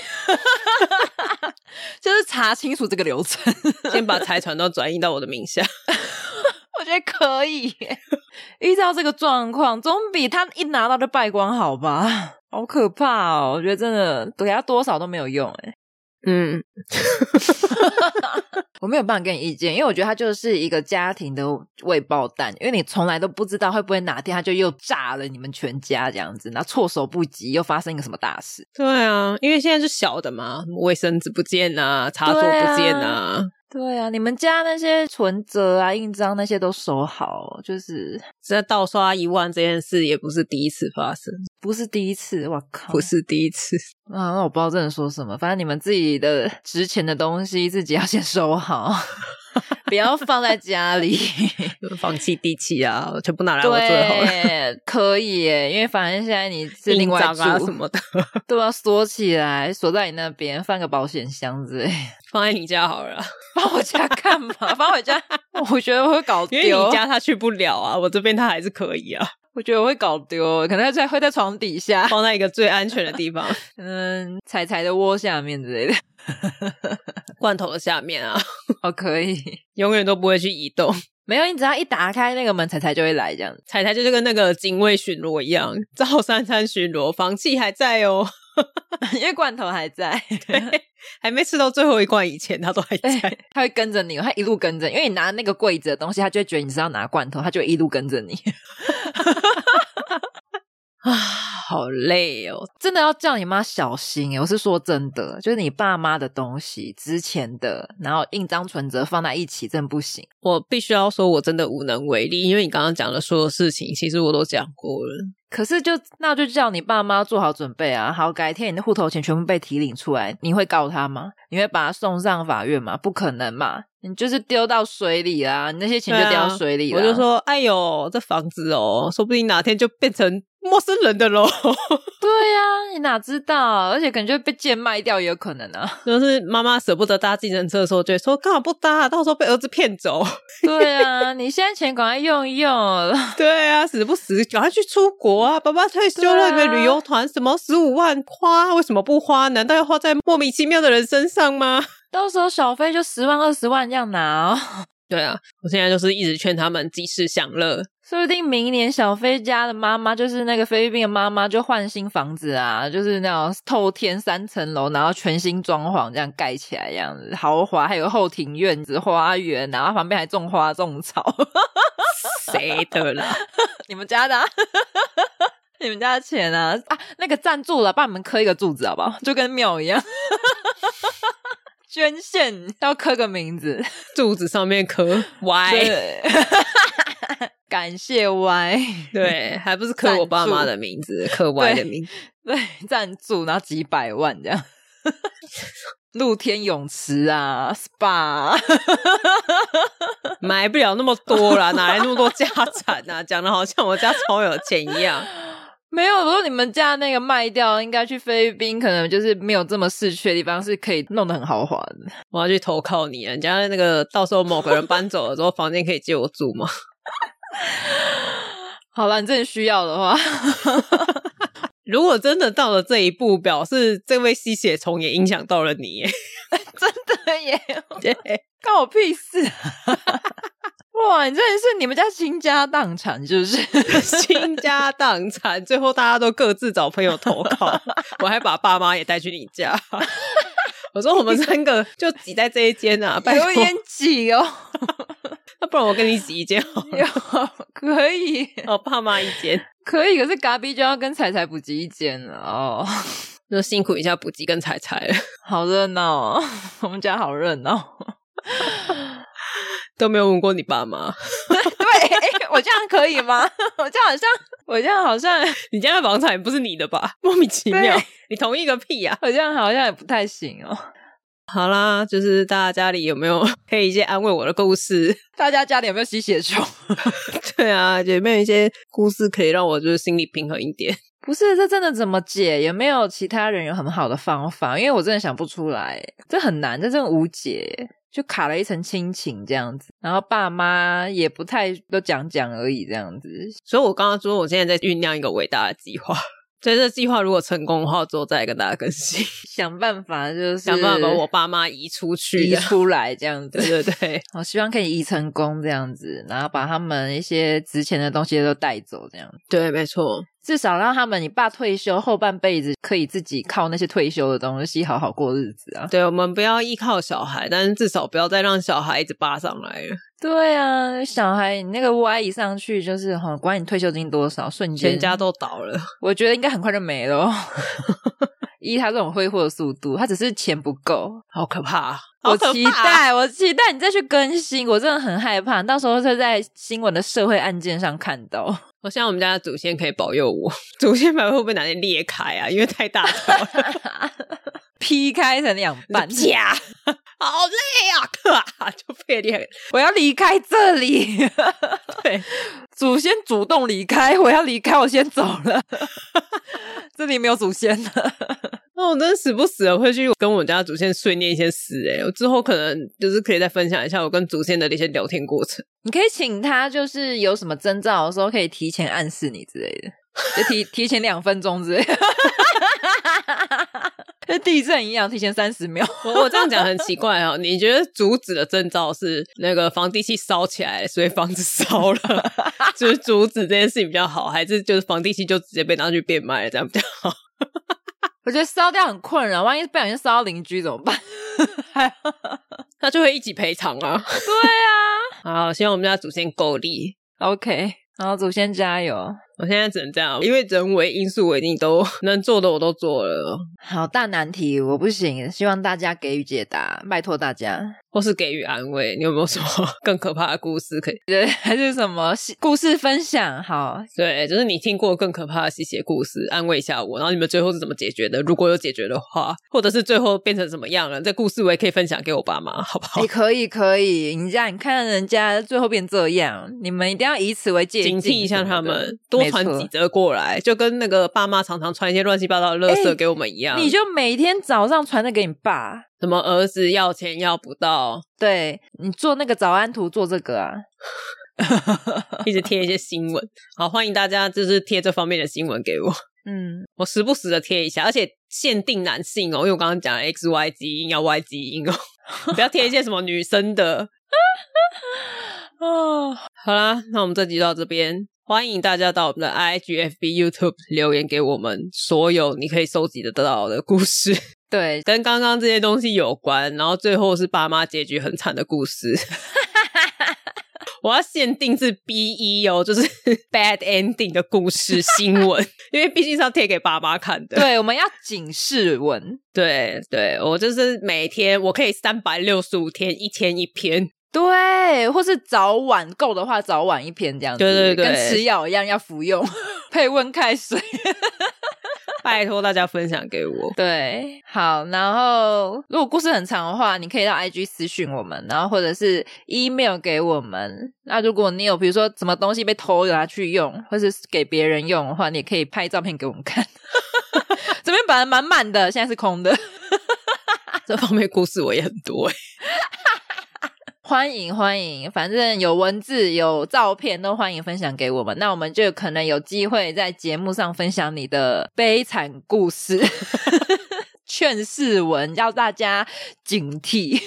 [SPEAKER 2] 就是查清楚这个流程。
[SPEAKER 1] 先把财产都转移到我的名下。
[SPEAKER 2] 我觉得可以 耶，遇到这个状况，总比他一拿到就 败光好吧？好可怕哦！我觉得真的给他多少都没有用哎。
[SPEAKER 1] 嗯，
[SPEAKER 2] 我没有办法给你意见，因为我觉得它就是一个家庭的未爆弹，因为你从来都不知道会不会哪天它就又炸了你们全家这样子，然后措手不及又发生一个什么大事。
[SPEAKER 1] 对啊，因为现在是小的嘛，什么卫生纸不见啊，插座不见啊，
[SPEAKER 2] 对啊，你们家那些存折啊、印章那些都收好，哦就是
[SPEAKER 1] 这盗刷一万这件事也不是第一次发生，
[SPEAKER 2] 不是第一次，我靠，
[SPEAKER 1] 不是第一次。
[SPEAKER 2] 啊，那我不知道这能说什么，反正你们自己的 值钱的东西自己要先收好，不要放在 家里。
[SPEAKER 1] 放弃地契啊，全部拿来我最 好了。
[SPEAKER 2] 对，可以耶，因为反正现在你是另外
[SPEAKER 1] 印
[SPEAKER 2] 住
[SPEAKER 1] 章啊什么的，
[SPEAKER 2] 都要锁起来，锁在你那边，放个保险箱之类。
[SPEAKER 1] 放在你家好了啊，
[SPEAKER 2] 放我家干嘛？放我家， 我觉得我会 搞
[SPEAKER 1] 因为
[SPEAKER 2] 丢
[SPEAKER 1] 你。家他去不了啊，我这边他还是可以 啊，
[SPEAKER 2] 我觉得我会搞丢，可能在会在床底下，
[SPEAKER 1] 放在一个最安全的地方，
[SPEAKER 2] 嗯，彩彩的窝下面之类的。
[SPEAKER 1] 罐头的下面啊，
[SPEAKER 2] 哦，可以，
[SPEAKER 1] 永远都不会去移动。
[SPEAKER 2] 没有，你只要一打开那个门，彩彩就会来这样子。
[SPEAKER 1] 彩彩就是跟那个警卫巡逻一样，赵三三巡逻，房契还在 哦，
[SPEAKER 2] 因为罐头还在，
[SPEAKER 1] 还没吃到最后一罐以前，他都还
[SPEAKER 2] 对
[SPEAKER 1] 在。，
[SPEAKER 2] 他会跟着你，他一路跟着，因为你拿那个柜子的东西，他就会觉得你是要拿罐头，他就会一路跟着你。
[SPEAKER 1] 啊， 好累哦！
[SPEAKER 2] 真的要叫你妈小心欸耶！我是说真的，就是你爸妈的东西，之前的，然后印章、存折放在一起，真的不行。
[SPEAKER 1] 我必须要说，我真的无能为力，因为你刚刚讲的所有事情，其实我都讲过了。
[SPEAKER 2] 可是就那就叫你爸妈做好准备啊！好，改天你的户头钱全部被提领出来，你会告他吗？你会把他送上法院吗？不可能嘛！你就是丢到水里啦，你那些钱就
[SPEAKER 1] 对啊
[SPEAKER 2] 丢到水里啦、
[SPEAKER 1] 我就说，哎呦，这房子哦，说不定哪天就变成陌生人的喽。
[SPEAKER 2] 对呀、你哪知道？而且感觉被贱卖掉也有可能啊！
[SPEAKER 1] 就是妈妈舍不得搭计程车的时候，就会说干嘛不搭？啊到时候被儿子骗走。
[SPEAKER 2] 对啊，你现在钱赶快用 一用，
[SPEAKER 1] 对啊，死不死赶快去出国啊！爸爸退休了，
[SPEAKER 2] 对啊
[SPEAKER 1] 你们旅游团什么十五万花，为什么不花？难道要花在莫名其妙的人身上吗？
[SPEAKER 2] 到时候小费就十万二十万这样拿、哦。
[SPEAKER 1] 对啊，我现在就是一直劝他们及时享乐。
[SPEAKER 2] 说不定明年小飞家的妈妈就是那个菲律宾的妈妈，就换新房子啊，就是那种透天三层楼，然后全新装潢这样盖起来，这样子豪华，还有后庭院子、花园，然后旁边还种花种草。
[SPEAKER 1] 谁的啦？
[SPEAKER 2] 你们家的、啊， 你们家的钱啊啊，那个赞助了，帮你们磕一个柱子好不好？就跟庙一样， 捐献要刻个名字，
[SPEAKER 1] 柱子上面刻 Y，
[SPEAKER 2] 对， 感谢 Y。
[SPEAKER 1] 对，还不是刻我爸妈的名字，刻 Y 的名字。
[SPEAKER 2] 对，赞助然后几百万这样， 露天泳池啊，SPA 啊
[SPEAKER 1] 买不了那么多啦，哪来那么多家产啊？讲的好像我家超有钱一样。
[SPEAKER 2] 没有。如果你们家那个卖掉，应该去菲律宾，可能就是没有这么市区的地方是可以弄得很豪华的。
[SPEAKER 1] 我要去投靠你啊！人家那个到时候某个人搬走了之后，房间可以借我住吗？
[SPEAKER 2] 好了，你真的需要的话，
[SPEAKER 1] 如果真的到了这一步，表示这位吸血虫也影响到了你耶。
[SPEAKER 2] 对耶，关我屁事、啊 哇，你真的是你们家倾家荡产，是不是？
[SPEAKER 1] 倾家荡产，最后大家都各自找朋友投靠， 我还把爸妈也带去你家。 我说我们三个就挤在这一间啊，拜托
[SPEAKER 2] 有，点挤哦，
[SPEAKER 1] 那不然我跟你挤一间好了，
[SPEAKER 2] 有可以
[SPEAKER 1] 我爸妈一间，
[SPEAKER 2] 可以，可是嘎逼就要跟彩彩补习一间了哦。
[SPEAKER 1] 就辛苦一下补给跟彩彩了，
[SPEAKER 2] 好热闹、哦， 我们家好热闹。
[SPEAKER 1] 都没有问过你爸妈，
[SPEAKER 2] 对，我这样可以吗？ 我这样好像，我这样好像，
[SPEAKER 1] 你家的房产也不是你的吧？ 莫名其妙
[SPEAKER 2] 对，
[SPEAKER 1] 你同意个屁啊呀、
[SPEAKER 2] 我这样好像也不太行哦。
[SPEAKER 1] 好啦，就是大家家里有没有 可以一些安慰我的故事？
[SPEAKER 2] 大家家里有没有吸血虫？
[SPEAKER 1] 对啊，有没有一些故事可以让我就是心里平衡一点？
[SPEAKER 2] 不是，这真的怎么解？有没有其他人有很好的方法？因为我真的想不出来，这很难，这真的无解，就卡了一层亲情这样子。然后爸妈也不太都讲讲而已，这样子。
[SPEAKER 1] 所以我刚刚说，我现在在酝酿一个伟大的计划。所以这计划如果成功的话，之后再跟大家更新，
[SPEAKER 2] 想办法就是
[SPEAKER 1] 想办法把我爸妈移出去
[SPEAKER 2] 移
[SPEAKER 1] 的。
[SPEAKER 2] 出来这样 子。
[SPEAKER 1] 对对对，
[SPEAKER 2] 我哦希望可以移成功这样子，然后把他们一些值钱的东西都带走，这样
[SPEAKER 1] 对，没错。
[SPEAKER 2] 至少让他们你爸退休后半辈子可以自己靠那些退休的东西好好过日子啊。
[SPEAKER 1] 对，我们不要依靠小孩，但是至少不要再让小孩一直扒上来了。
[SPEAKER 2] 对啊，小孩你那个窝一上去就是哈，管你退休金多少，瞬间
[SPEAKER 1] 全家都倒了，
[SPEAKER 2] 我觉得应该很快就没了哦。 依他这种挥霍的速度，他只是钱不够。
[SPEAKER 1] 好可怕！啊好
[SPEAKER 2] 我
[SPEAKER 1] 可怕
[SPEAKER 2] 期待，我期待你再去更新，我真的很害怕，到时候就在新闻的社会案件上看到。
[SPEAKER 1] 我希望我们家的祖先可以保佑我，祖先牌会不会哪天裂开啊？因为太大条了，
[SPEAKER 2] 劈开成两半，
[SPEAKER 1] 架， 好累啊！ 咔，就被裂。
[SPEAKER 2] 我要离开这 里。
[SPEAKER 1] 对，
[SPEAKER 2] 祖先主动离开，我要离开，我先走了。 这里没有祖先了。
[SPEAKER 1] 那我真的时不时的会去跟我家祖先碎念一些事、欸，我之后可能就是可以再分享一下我跟祖先的一些聊天过程。
[SPEAKER 2] 你可以请他，就是有什么征兆的时候，可以提前暗示你之类的，就提 提前两分钟之类的。 跟地震一样，提前三十秒。
[SPEAKER 1] 我我这样讲很奇怪哦，你觉得竹子的征兆是那个房地契烧起来，所以房子烧了， 就是竹子这件事情比较好，还是就是房地契就直接被拿去变卖了，这样比较好？
[SPEAKER 2] 我觉得烧掉很困扰，万一不小心烧到邻居怎么办？
[SPEAKER 1] 那就会一起赔偿啊。对啊，好，希望我们家祖先够力。
[SPEAKER 2] OK，然后祖先加油！
[SPEAKER 1] 我现在只能这样，因为人为因素我一定都 能做的我都做了，
[SPEAKER 2] 好大难题，我不行，希望大家给予解答，拜托大家。
[SPEAKER 1] 或是给予安慰。你有没有 什么更可怕的故事可以？
[SPEAKER 2] 对， 还是什么故事分享？好，
[SPEAKER 1] 对，就是你听过更可怕的吸血故事，安慰一下我。然后你们最后是怎么解决的？如果有解决的话，或者是最后变成什么样了？这故事我也可以分享给我爸妈，好不好
[SPEAKER 2] 你、？可以，可以，你这样，你看人家最后变这样，你们一定要以此为戒
[SPEAKER 1] 警惕一下
[SPEAKER 2] 什么
[SPEAKER 1] 他
[SPEAKER 2] 的
[SPEAKER 1] 们，多
[SPEAKER 2] 没
[SPEAKER 1] 传
[SPEAKER 2] 错
[SPEAKER 1] 几则过来，就跟那个爸妈常常传一些乱七八糟的垃圾
[SPEAKER 2] 哎
[SPEAKER 1] 给我们一样。
[SPEAKER 2] 你就每天早上传的给你爸，
[SPEAKER 1] 什么儿子要钱要不 到，
[SPEAKER 2] 对你做那个早安图，做这个啊。
[SPEAKER 1] 一直贴一些新闻。好，欢迎大家就是贴这方面的新闻给我，
[SPEAKER 2] 嗯，
[SPEAKER 1] 我时不时的贴一下，而且限定男性哦，因为我刚刚讲了 X Y 基因要 Y 基因哦，不要贴一些什么女生的。
[SPEAKER 2] 哦，
[SPEAKER 1] 好啦，那我们这集到这边，欢迎大家到我们的 I G F B YouTube 留言给我们所有你可以收集得到的故事，
[SPEAKER 2] 对，
[SPEAKER 1] 跟刚刚这些东西有关，然后最后是爸妈结局很惨的故事。 我要限定是 B 一哦，就是 bad ending 的故事新闻， 因为毕竟是要贴给爸妈看的。
[SPEAKER 2] 对，我们要警示文。
[SPEAKER 1] 对对，我就是每天我可以三百六十五天，一天一篇。
[SPEAKER 2] 对，或是早晚够的话，早晚一篇这样子，
[SPEAKER 1] 对对对
[SPEAKER 2] 跟吃药一样要服用， 配温开水。
[SPEAKER 1] 拜托大家分享给 我。
[SPEAKER 2] 对，好，然后如果故事很长的话，你可以到 IG 私讯我们，然后或者是 email 给我们。那如果你有比如说什么东西被偷拿去用，或是给别人用的话，你也可以拍照片给我们看。 这边本来满满的，现在是空的。
[SPEAKER 1] 这方面故事我也很多、欸，
[SPEAKER 2] 欢迎欢迎，反正有文字有照片都欢迎分享给我们，那我们就可能有机会在节目上分享你的悲惨故事。 劝世文要大家警惕，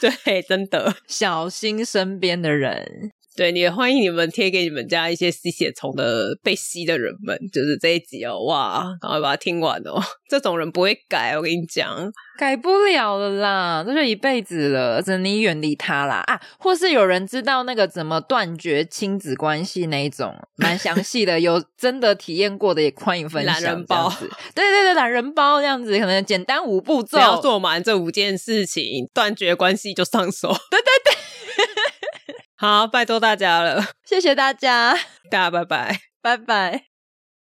[SPEAKER 1] 对，真的，
[SPEAKER 2] 小心身边的人。
[SPEAKER 1] 对，你也欢迎你们贴给你们家一些吸血虫的被吸的人们，就是这一集哦，哇，赶快把它听完哦， 这种人不会改，我跟你讲，
[SPEAKER 2] 改不了了啦，这就一辈子了，只能你远离他啦啊！或是有人知道那个怎么断绝亲子关系那一种，蛮详细的，有真的体验过的也欢迎分享。
[SPEAKER 1] 懒人包
[SPEAKER 2] 这样子，对对对，懒人包这样子，可能简单五步
[SPEAKER 1] 只
[SPEAKER 2] 骤，
[SPEAKER 1] 要做满这五件事情，断绝关系就上手， 对对 对，好，拜托大家了，
[SPEAKER 2] 谢谢大家，
[SPEAKER 1] 大家拜拜。
[SPEAKER 2] 拜拜。